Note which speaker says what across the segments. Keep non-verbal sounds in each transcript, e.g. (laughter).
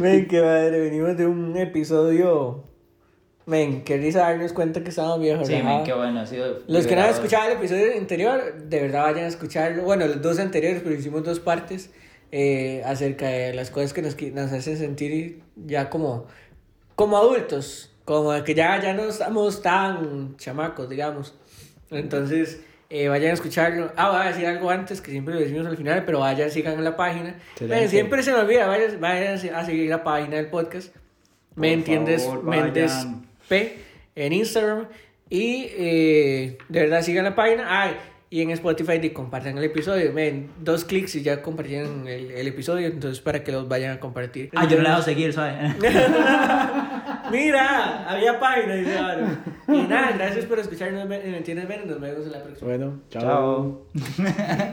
Speaker 1: Men, qué madre, venimos de un episodio. Men, que risa darnos cuenta que estábamos viejos.
Speaker 2: Sí,
Speaker 1: relajado.
Speaker 2: men, qué bueno, ha sido.
Speaker 1: Los que no han
Speaker 2: liberador.
Speaker 1: escuchado el episodio anterior, de verdad vayan a escucharlo. Bueno, los dos anteriores, pero hicimos dos partes eh, acerca de las cosas que nos, qui- nos hacen sentir ya como, como adultos, como que ya, ya no estamos tan chamacos, digamos. Entonces, eh, vayan a escucharlo. Ah, voy a decir algo antes, que siempre lo decimos al final, pero vayan, sigan la página.
Speaker 2: Excelente.
Speaker 1: Men, siempre se me olvida, vayan, vayan a seguir la página del podcast. ¿Me
Speaker 2: Por
Speaker 1: entiendes?
Speaker 2: favor,
Speaker 1: Méndez
Speaker 2: vayan.
Speaker 1: P en Instagram. Y eh, de verdad sigan la página. Ay, y en Spotify y compartan el episodio. Ven, dos clics y ya compartieron el, el episodio. Entonces, para que los vayan a compartir.
Speaker 2: Ah, yo no le dejo seguir, (laughs) ¿sabes?
Speaker 1: (laughs) Mira, había página. Dice, ahora. Y nada, gracias por escucharnos. Me me entiendes, Ven, nos vemos en la próxima.
Speaker 3: Bueno, chao.
Speaker 2: Chao.
Speaker 1: (laughs)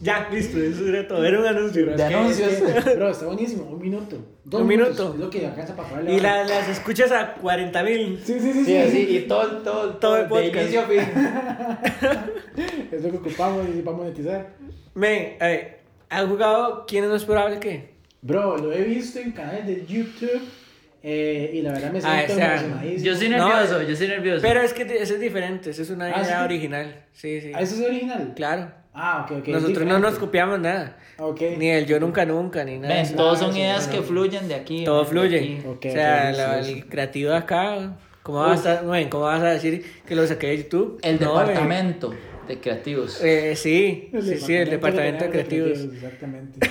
Speaker 1: ya, listo, eso era todo. Era un anuncio.
Speaker 3: Es
Speaker 1: ¿verdad?
Speaker 3: que-
Speaker 2: anuncios.
Speaker 3: es que- Bro, está buenísimo. Un minuto. Dos
Speaker 1: Un
Speaker 3: minutos,
Speaker 1: minuto.
Speaker 3: Es lo que alcanza para pagarle.
Speaker 1: Y la- las escuchas a 40 mil.
Speaker 3: Sí, sí, sí.
Speaker 2: Sí,
Speaker 3: sí.
Speaker 2: así, y todo, todo,
Speaker 1: Todo el
Speaker 2: de
Speaker 1: podcast.
Speaker 2: inicio a
Speaker 1: (laughs)
Speaker 2: fin.
Speaker 3: Es lo que ocupamos y vamos a monetizar.
Speaker 1: Ven, a ver, eh, ¿han jugado quién es más probable que?
Speaker 3: Bro, lo he visto en canales de YouTube. eh, y la verdad me
Speaker 1: Ah,
Speaker 3: siento
Speaker 1: o sea,
Speaker 3: emocionadísimo.
Speaker 2: Yo soy
Speaker 1: No,
Speaker 2: nervioso, yo soy nervioso.
Speaker 1: Pero es que te- eso es diferente, eso es una
Speaker 3: Ah,
Speaker 1: idea
Speaker 3: ¿sí?
Speaker 1: original. Sí, sí.
Speaker 3: ¿Ah, ¿Eso es original?
Speaker 1: Claro.
Speaker 3: Ah, ok, ok. es
Speaker 1: Nosotros no
Speaker 3: diferente.
Speaker 1: nos copiamos nada.
Speaker 3: Ok.
Speaker 1: Ni el yo nunca nunca, ni nada.
Speaker 2: Ven, todos son
Speaker 3: sí,
Speaker 2: ideas
Speaker 3: no,
Speaker 2: que
Speaker 3: no.
Speaker 2: fluyen de aquí.
Speaker 1: Todo
Speaker 2: de
Speaker 1: fluye.
Speaker 2: aquí.
Speaker 3: Ok,
Speaker 1: o sea,
Speaker 3: ok,
Speaker 1: la-
Speaker 3: sí, sí.
Speaker 1: el creativo acá. ¿Cómo vas, a, ven, ¿Cómo vas a decir que lo saqué de YouTube?
Speaker 2: El
Speaker 1: No,
Speaker 2: departamento de creativos.
Speaker 1: ven. Eh, sí,
Speaker 3: El
Speaker 1: sí, sí, el departamento de creativos.
Speaker 3: Exactamente.
Speaker 2: (laughs)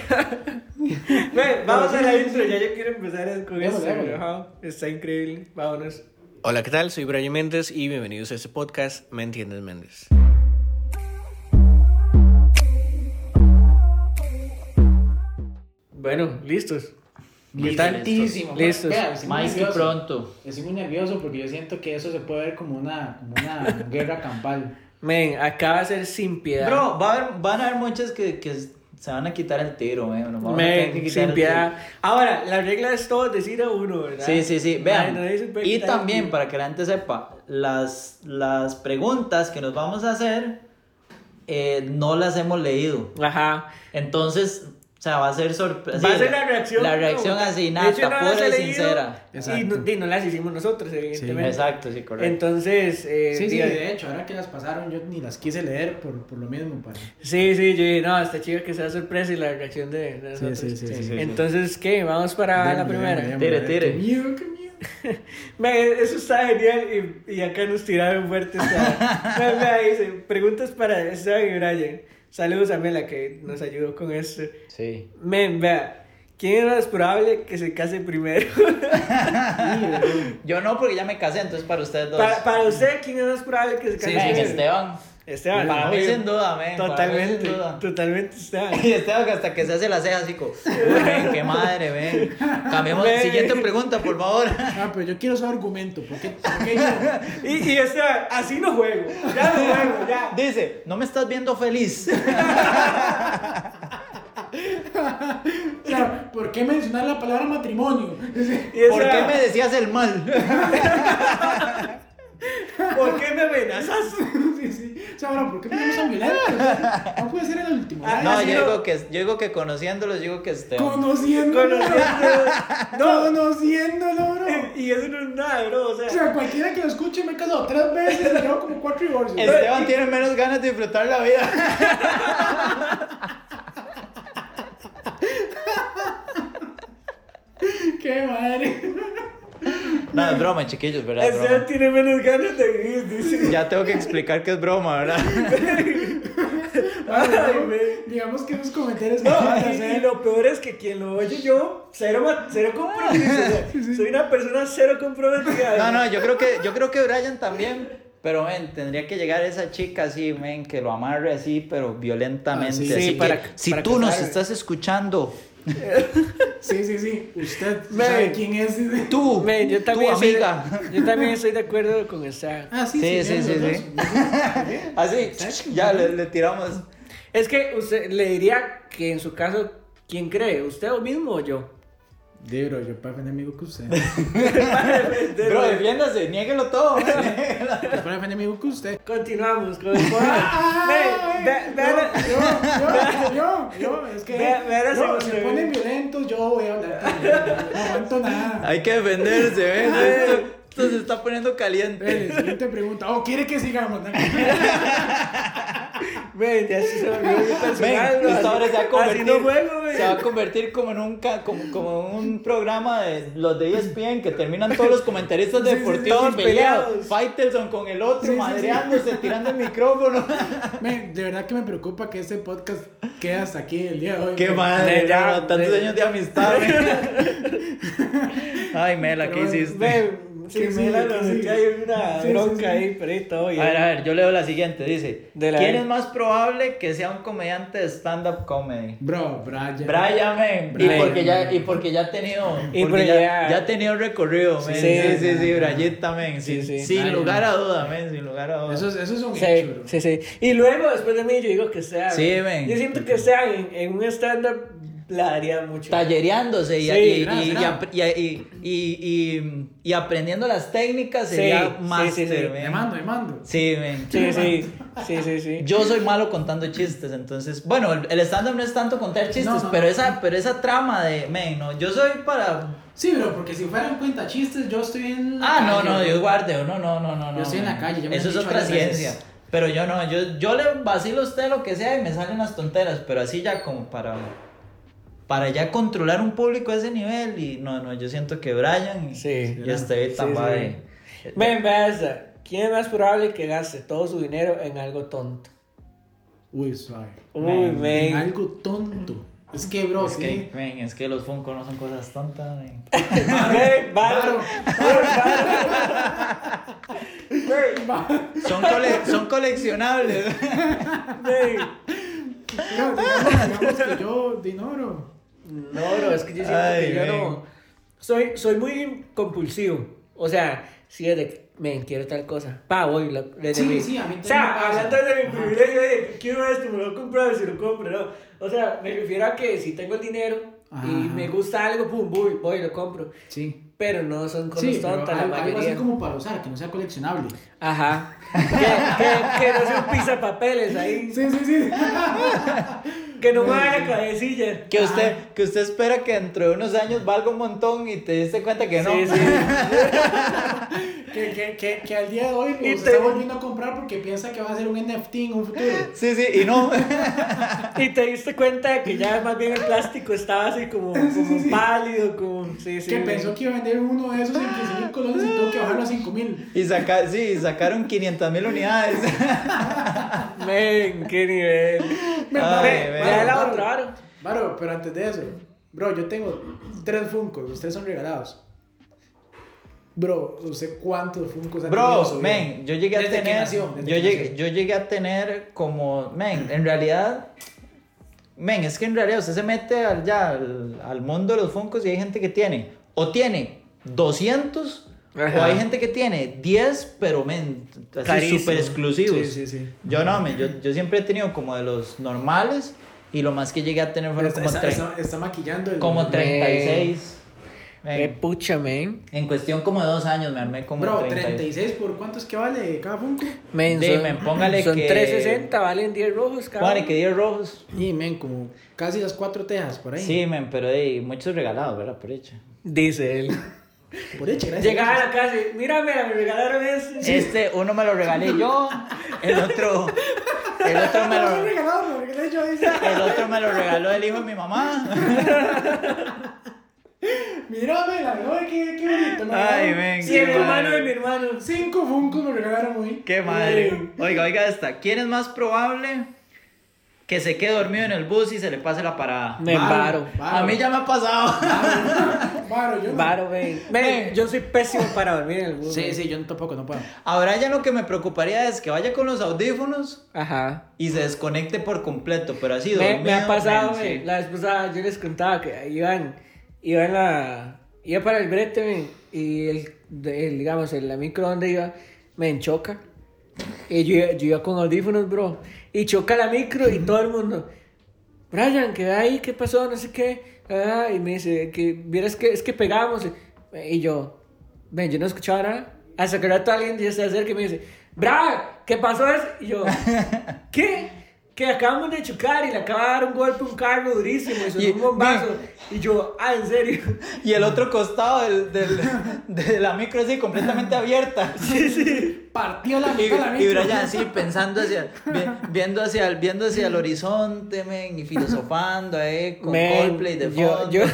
Speaker 1: Ven, vamos a la intro, ya yo quiero empezar con
Speaker 3: Démosle,
Speaker 1: esto.
Speaker 3: démosle.
Speaker 1: ajá, Está increíble, vámonos. Hola, ¿qué tal? Soy Brian Méndez y bienvenidos a este podcast Me Entiendes Méndez. Bueno, listos. ¿Qué tal?
Speaker 3: Listísimo.
Speaker 1: Listos.
Speaker 3: Vea, estoy muy
Speaker 2: Más que
Speaker 3: nervioso.
Speaker 2: pronto.
Speaker 3: Estoy muy nervioso porque yo siento que eso se puede ver como una, como una guerra campal.
Speaker 1: Men, acaba de ser sin piedad.
Speaker 2: Bro, va a haber- van a haber muchas que, que se van a quitar el tiro, eh. nos vamos a tener que
Speaker 1: Men,
Speaker 2: quitar
Speaker 1: sin
Speaker 2: el
Speaker 1: piedad. Ahora, la regla es todo decir a uno, ¿verdad?
Speaker 2: tiro. Sí, sí, sí. Vean.
Speaker 1: Ay, pues, nadie se puede
Speaker 2: y
Speaker 1: quitar el
Speaker 2: también,
Speaker 1: tiro.
Speaker 2: para que la gente sepa, las, las preguntas que nos vamos a hacer eh, no las hemos leído.
Speaker 1: Ajá.
Speaker 2: Entonces, o sea, va a ser sorpresa.
Speaker 1: Va a ser la reacción.
Speaker 2: La reacción
Speaker 1: como-
Speaker 2: así,
Speaker 1: De
Speaker 2: nata,
Speaker 1: hecho, no las
Speaker 2: pura
Speaker 1: he
Speaker 2: y
Speaker 1: leído,
Speaker 2: sincera.
Speaker 1: Y no, y no las hicimos nosotros, evidentemente.
Speaker 2: Exacto, sí, correcto.
Speaker 1: Entonces, eh,
Speaker 3: Sí, sí,
Speaker 1: diga-
Speaker 3: de hecho, ahora que las pasaron yo ni las quise leer por, por lo mismo. Para...
Speaker 1: sí, sí, yo dije, no, está chido que sea sorpresa y la reacción de, de nosotros.
Speaker 2: sí, sí.
Speaker 1: Entonces, ¿qué? Vamos para la primera.
Speaker 2: Tire, tire.
Speaker 3: Qué miedo, qué miedo.
Speaker 1: Me- eso está genial y, y acá nos tiraron fuerte. o sea,
Speaker 2: (laughs)
Speaker 1: me- me dice, preguntas para Esteban y Brian. Saludos a Mela que nos ayudó con esto.
Speaker 2: Sí.
Speaker 1: Men, vea, ¿quién es más probable que se case primero? (laughs)
Speaker 2: Yo no, porque ya me casé, entonces para ustedes dos.
Speaker 1: para, para usted, ¿quién es más probable que se
Speaker 2: Sí,
Speaker 1: case
Speaker 2: sí,
Speaker 1: primero?
Speaker 2: Esteban. (laughs)
Speaker 1: Esteban,
Speaker 2: Para mí
Speaker 1: obvio.
Speaker 2: sin duda, men. para mí sin
Speaker 1: Totalmente,
Speaker 2: duda.
Speaker 1: totalmente Esteban.
Speaker 2: Y Esteban que hasta que se hace la ceja así como, "Uy, men, qué madre, ven. Cambiemos,
Speaker 1: Ven.
Speaker 2: siguiente pregunta,
Speaker 1: (laughs)
Speaker 2: por favor.
Speaker 3: Ah, pero yo quiero su argumento. ¿Por qué? por qué
Speaker 1: Y, y Esteban, así no juego, ya no juego, ya.
Speaker 2: Dice, no me estás viendo feliz.
Speaker 3: yo- o sea, ¿por qué mencionar la palabra matrimonio?
Speaker 1: Y Esteban,
Speaker 2: ¿Por qué me decías el mal?
Speaker 1: ¿por qué me amenazas? (laughs)
Speaker 3: Sí, sí. O sea, bueno, ¿por qué me son violentos? No puede ser el último.
Speaker 1: Ah, (laughs)
Speaker 2: No,
Speaker 1: ha
Speaker 2: yo
Speaker 1: sido-
Speaker 2: digo que, yo digo que conociéndolos, yo digo que Esteban.
Speaker 3: Conociendo.
Speaker 1: Conociendo. No, no.
Speaker 3: Conociéndolo, bro.
Speaker 1: Y eso no es nada, bro, o sea.
Speaker 3: O sea, cualquiera que lo escuche me he casado tres veces y llevo como
Speaker 1: (laughs)
Speaker 3: cuatro divorcios.
Speaker 2: Esteban tiene menos ganas de disfrutar la vida. (laughs)
Speaker 3: ¡Qué madre!
Speaker 2: No, es broma, chiquillos, ¿verdad? Es
Speaker 1: Esteban
Speaker 2: broma.
Speaker 1: tiene menos ganas de vivir, dice.
Speaker 2: Ya tengo que explicar que es broma, ¿verdad?
Speaker 1: (laughs) Ay, me-
Speaker 3: Digamos que esos comentarios que van
Speaker 2: (laughs)
Speaker 3: a
Speaker 1: No, y, y
Speaker 3: hacer.
Speaker 1: lo peor es que quien lo oye yo, cero, ma- cero compromiso. o
Speaker 2: (laughs)
Speaker 1: sea, Soy una persona cero comprometida.
Speaker 2: No, no, yo creo que, yo creo que Brian también. Pero, men, tendría que llegar esa chica así, men, que lo amarre así, pero violentamente.
Speaker 3: Ah, sí,
Speaker 2: así
Speaker 1: sí,
Speaker 2: que,
Speaker 1: para-
Speaker 2: si
Speaker 1: para
Speaker 2: tú
Speaker 1: que
Speaker 2: nos
Speaker 1: salga.
Speaker 2: estás escuchando,
Speaker 3: Sí, sí, sí. Usted
Speaker 1: Me-
Speaker 3: sabe quién es.
Speaker 2: tú,
Speaker 1: Me- yo también
Speaker 2: tu
Speaker 1: estoy-
Speaker 2: amiga.
Speaker 1: (laughs) yo también estoy de acuerdo con Esteban.
Speaker 3: Ah, sí,
Speaker 2: Sí,
Speaker 3: sí.
Speaker 2: sí, sí,
Speaker 3: eran los dos.
Speaker 1: (laughs)
Speaker 2: Así, ya le, le tiramos. (laughs)
Speaker 1: Es que usted le diría que en su caso, ¿quién cree? ¿Usted mismo o yo?
Speaker 3: Sí, bro, yo para defender amigo
Speaker 1: (laughs)
Speaker 3: que usted.
Speaker 2: Bro, defiéndase, niéguelo todo.
Speaker 3: Yo para defender amigo que usted.
Speaker 1: Continuamos con el podcast. Ve- ve- ve-
Speaker 2: (laughs)
Speaker 3: yo, yo, yo, yo, es que.
Speaker 1: Vea- vea la
Speaker 3: yo,
Speaker 1: segunda,
Speaker 3: se
Speaker 1: güey.
Speaker 3: ponen violentos, yo voy a hablar. también. No aguanto nada.
Speaker 2: Hay que defenderse, ¿ves? Esto, esto se está poniendo
Speaker 3: Ve,
Speaker 2: caliente.
Speaker 3: la siguiente pregunta. Oh, ¿quiere que sigamos? No,
Speaker 1: Ve, ya se me olvidó mi personal,
Speaker 2: Ven,
Speaker 1: bro.
Speaker 2: esto ahora se va a
Speaker 1: Así
Speaker 2: convertir,
Speaker 1: no juego, güey.
Speaker 2: se va a convertir como en un, ca- como, como en un programa de los de E ESPN que terminan todos los comentaristas
Speaker 1: Sí, sí,
Speaker 2: deportivos
Speaker 1: todos
Speaker 2: peleados.
Speaker 1: peleados.
Speaker 2: Faitelson con el otro,
Speaker 3: Sí, sí, sí.
Speaker 2: madreándose, tirando el
Speaker 1: (laughs)
Speaker 2: micrófono.
Speaker 3: men, de verdad que me preocupa que este podcast quede hasta aquí el día de hoy.
Speaker 2: Qué
Speaker 3: men.
Speaker 2: madre,
Speaker 1: Ya,
Speaker 2: bro, tantos
Speaker 1: güey.
Speaker 2: años
Speaker 1: (laughs)
Speaker 2: de amistad. güey. Ay, Mela, ¿qué
Speaker 3: Pero,
Speaker 2: hiciste?
Speaker 1: Ve,
Speaker 3: Sí,
Speaker 1: sí,
Speaker 3: sí,
Speaker 1: mira,
Speaker 3: sí,
Speaker 1: lo
Speaker 3: sí.
Speaker 1: que hay una
Speaker 3: Sí, sí,
Speaker 1: bronca
Speaker 3: sí.
Speaker 1: ahí, pero ahí todo bien.
Speaker 2: A ver, a ver, yo leo la siguiente. Dice:
Speaker 1: De la
Speaker 2: ¿Quién
Speaker 1: E.
Speaker 2: es más probable que sea un comediante de stand-up comedy?
Speaker 3: Bro, Brian.
Speaker 2: Brian, men.
Speaker 1: Brian.
Speaker 2: Y porque ya, y porque ya ha tenido.
Speaker 1: Y
Speaker 2: porque
Speaker 1: porque
Speaker 2: ya,
Speaker 1: ya-
Speaker 2: ya ha tenido recorrido, men.
Speaker 1: Sí,
Speaker 2: Sí,
Speaker 1: sí,
Speaker 2: sí, sí,
Speaker 3: no, no.
Speaker 2: Brayita, men.
Speaker 1: Sí,
Speaker 2: Sin,
Speaker 1: sí.
Speaker 2: sin
Speaker 3: Brian.
Speaker 2: lugar a duda, men. Sin lugar a duda.
Speaker 3: Eso, es- eso es un hecho,
Speaker 1: Sí,
Speaker 3: bro.
Speaker 1: sí, sí. Y luego, después de mí, yo digo que sea.
Speaker 2: Sí, men.
Speaker 1: Yo siento que sea en, en un stand-up la haría mucho.
Speaker 2: Tallereándose y,
Speaker 1: Sí,
Speaker 2: y-
Speaker 3: será,
Speaker 2: y- y
Speaker 3: será.
Speaker 2: ap- y- y- y- y- y aprendiendo las técnicas
Speaker 1: Sí, sí,
Speaker 2: sería
Speaker 1: sí,
Speaker 2: máster,
Speaker 1: sí.
Speaker 2: men.
Speaker 3: Me mando, me mando.
Speaker 2: Sí, men.
Speaker 1: Sí, sí, sí, sí, sí.
Speaker 2: Yo soy malo contando chistes, entonces, bueno, el- el stand-up no es tanto contar chistes,
Speaker 3: No, no,
Speaker 2: pero
Speaker 3: no.
Speaker 2: esa pero esa trama de, men, no, yo soy para
Speaker 3: Sí, bro, porque si fueran cuenta chistes, yo estoy en. la
Speaker 2: Ah, no,
Speaker 3: calle,
Speaker 2: no,
Speaker 3: bro.
Speaker 2: Dios guarde, no, no, no, no.
Speaker 3: Yo
Speaker 2: no,
Speaker 3: estoy en la
Speaker 2: men.
Speaker 3: calle, ya me
Speaker 2: Eso
Speaker 3: han
Speaker 2: es
Speaker 3: dicho
Speaker 2: otra
Speaker 3: varias veces.
Speaker 2: ciencia. Pero yo no, yo, yo le vacilo a usted lo que sea y me salen las tonteras, pero así ya como para para ya controlar un público a ese nivel y no, no, yo siento que Brian y,
Speaker 1: Sí.
Speaker 2: y este
Speaker 1: Sí, sí.
Speaker 2: Tambae.
Speaker 1: Ven, vea esa. ¿Quién es más probable que gaste todo su dinero en algo (laughs) tonto?
Speaker 3: Uy, suave.
Speaker 1: Uy,
Speaker 2: Man,
Speaker 1: men.
Speaker 3: Algo tonto. Es que, bro,
Speaker 2: Es
Speaker 3: sí.
Speaker 2: que, men, es que los Funko no son cosas tontas, men.
Speaker 1: Ven,
Speaker 3: Varo.
Speaker 1: varo. Ven,
Speaker 2: Son, cole- son coleccionables.
Speaker 1: ven.
Speaker 3: No, digamos, digamos que yo, Dinoro.
Speaker 1: No, bro, es que yo siento
Speaker 2: Ay,
Speaker 1: que yo
Speaker 2: men.
Speaker 1: no. Soy, soy muy compulsivo. O sea, si es de. que, Men, quiero tal cosa. Pa, voy. la- desde
Speaker 3: Sí,
Speaker 1: mi-
Speaker 3: sí, a mí
Speaker 1: O sea,
Speaker 3: también me
Speaker 1: hablando
Speaker 3: pasa.
Speaker 1: de mi
Speaker 3: Ajá.
Speaker 1: privilegio, de que quiero esto, me lo compro, si lo compro, no. O sea, me refiero a que si tengo el dinero
Speaker 3: Ajá.
Speaker 1: y me gusta algo, pum, voy, voy, lo compro.
Speaker 3: Sí.
Speaker 1: Pero no son cosas
Speaker 3: Sí, pero
Speaker 1: tontas, la
Speaker 3: al- algo así
Speaker 1: mayoría.
Speaker 3: como para usar, que no sea coleccionable.
Speaker 1: Ajá. que, que, que no sea un pizapapeles ahí.
Speaker 3: Sí, sí, sí.
Speaker 1: Que no me haga cabecilla.
Speaker 2: Que usted, que usted espera que dentro de unos años valga un montón y te diste cuenta que no.
Speaker 1: Sí,
Speaker 2: (laughs)
Speaker 1: sí.
Speaker 3: que, que, que, que al día de hoy
Speaker 1: Y
Speaker 3: se
Speaker 1: te-
Speaker 3: está volviendo a comprar porque piensa que va a ser un NFT en un futuro.
Speaker 2: Sí, sí, y no. (laughs)
Speaker 1: Y te diste cuenta de que ya más bien el plástico estaba así
Speaker 3: (laughs)
Speaker 1: como, como pálido, como. Sí, sí.
Speaker 3: que
Speaker 1: güey.
Speaker 3: pensó que iba a vender uno de esos en 15 mil colones y tuvo que bajarlo a 5 mil.
Speaker 2: Y saca, sí, y sacaron 500 mil unidades.
Speaker 1: Men, qué nivel.
Speaker 3: Me
Speaker 2: Ay,
Speaker 1: Ve,
Speaker 2: men.
Speaker 1: ya la otra, varo.
Speaker 3: Varo, pero antes de eso, bro, yo tengo tres Funkos, los tres son regalados. Bro, ¿usted cuántos Funkos ha tenido en
Speaker 2: Bro,
Speaker 3: su vida?
Speaker 2: men, yo llegué a
Speaker 3: Desde que
Speaker 2: tener.
Speaker 3: nació, desde
Speaker 2: yo,
Speaker 3: que
Speaker 2: llegué,
Speaker 3: nació.
Speaker 2: yo llegué a tener como. Men, en realidad. Men, es que en realidad usted se mete al, ya, al, al mundo de los Funkos y hay gente que tiene. O tiene 200.
Speaker 1: Ajá.
Speaker 2: O hay gente que tiene 10, pero men, así
Speaker 1: Carísimo.
Speaker 2: súper exclusivos.
Speaker 3: Sí, sí, sí.
Speaker 2: Yo no, men, yo, yo siempre he tenido como de los normales. Y lo más que llegué a tener fueron
Speaker 3: Está,
Speaker 2: como,
Speaker 3: está,
Speaker 2: tre-
Speaker 3: está- está maquillando el.
Speaker 2: como 36.
Speaker 1: Qué
Speaker 2: Men.
Speaker 1: pucha, men.
Speaker 2: En cuestión como de dos años me armé como
Speaker 3: Bro,
Speaker 2: 30.
Speaker 3: 36 por cuántos que vale cada Funko.
Speaker 1: Men,
Speaker 2: Sí,
Speaker 1: son,
Speaker 2: men, póngale
Speaker 1: son
Speaker 2: que-
Speaker 1: 360, valen 10 rojos, cabrón.
Speaker 2: Bueno, y que 10 rojos.
Speaker 3: Y men, como casi las cuatro tejas por ahí.
Speaker 2: Sí, men, pero hey, muchos regalados, ¿verdad? Por hecho.
Speaker 1: Dice él.
Speaker 3: Por hecho, gracias.
Speaker 1: Llegaba a la casa y, mira, mira, me regalaron ese.
Speaker 2: Este, uno me lo
Speaker 1: (laughs)
Speaker 2: regalé yo, el otro, el otro me
Speaker 3: No,
Speaker 2: lo,
Speaker 3: no, regalado, porque le he hecho dice,
Speaker 2: el otro me lo regaló el hijo de mi mamá.
Speaker 3: Mírame, la verdad, qué, qué bonito. me
Speaker 2: Ay,
Speaker 3: regalaron
Speaker 2: men,
Speaker 1: Sí, el
Speaker 2: qué
Speaker 1: hermano de mi
Speaker 2: madre.
Speaker 1: hermano.
Speaker 3: Cinco Funkos me regalaron hoy. Eh,
Speaker 2: Qué madre. Oiga, oiga esta. ¿Quién es más probable que se quede dormido en el bus y se le pase la parada?
Speaker 1: Me
Speaker 3: Varo,
Speaker 1: paro.
Speaker 3: varo.
Speaker 2: A mí ya me ha pasado.
Speaker 1: (laughs)
Speaker 3: Varo, yo no.
Speaker 1: Varo, men. Men, yo soy pésimo para dormir en el bus.
Speaker 3: Sí,
Speaker 1: men.
Speaker 3: sí, yo tampoco no puedo.
Speaker 2: Ahora ya lo que me preocuparía es que vaya con los audífonos
Speaker 1: Ajá.
Speaker 2: y se desconecte por completo, pero así
Speaker 1: me,
Speaker 2: dormido,
Speaker 1: me ha pasado,
Speaker 2: men,
Speaker 1: güey.
Speaker 2: sí.
Speaker 1: La vez pasada yo les contaba que iban, iban a, iba para el brete, men, y el, de- el, digamos, el, la micro donde iba, me enchoca. Y yo, iba- yo iba con audífonos, bro. Y choca la micro y todo el mundo, Brian, que ahí, ¿qué pasó? No sé qué. Ah, y me dice, que vieras que es que pegábamos. Y yo, ven, yo no escuchaba nada. Hasta que rato alguien ya se acerca y me dice, ¡Bra! ¿Qué pasó eso? Y
Speaker 2: (laughs)
Speaker 1: yo, ¿qué? Que acabamos de chocar y le acaba de dar un golpe a un carro durísimo y sonó
Speaker 2: Y-
Speaker 1: un bombazo. Y yo, ah, en serio.
Speaker 2: (laughs) Y el otro costado del, del, de la micro así completamente abierta.
Speaker 1: Sí, sí.
Speaker 3: Partió la
Speaker 2: Y,
Speaker 3: mitad la
Speaker 2: y
Speaker 3: micro.
Speaker 2: Brian así pensando hacia, vi- viendo hacia, el- viendo hacia el horizonte, men, y filosofando, eh, con
Speaker 1: Men,
Speaker 2: Coldplay de
Speaker 1: yo, (laughs)
Speaker 2: fondo. (laughs)
Speaker 1: yo,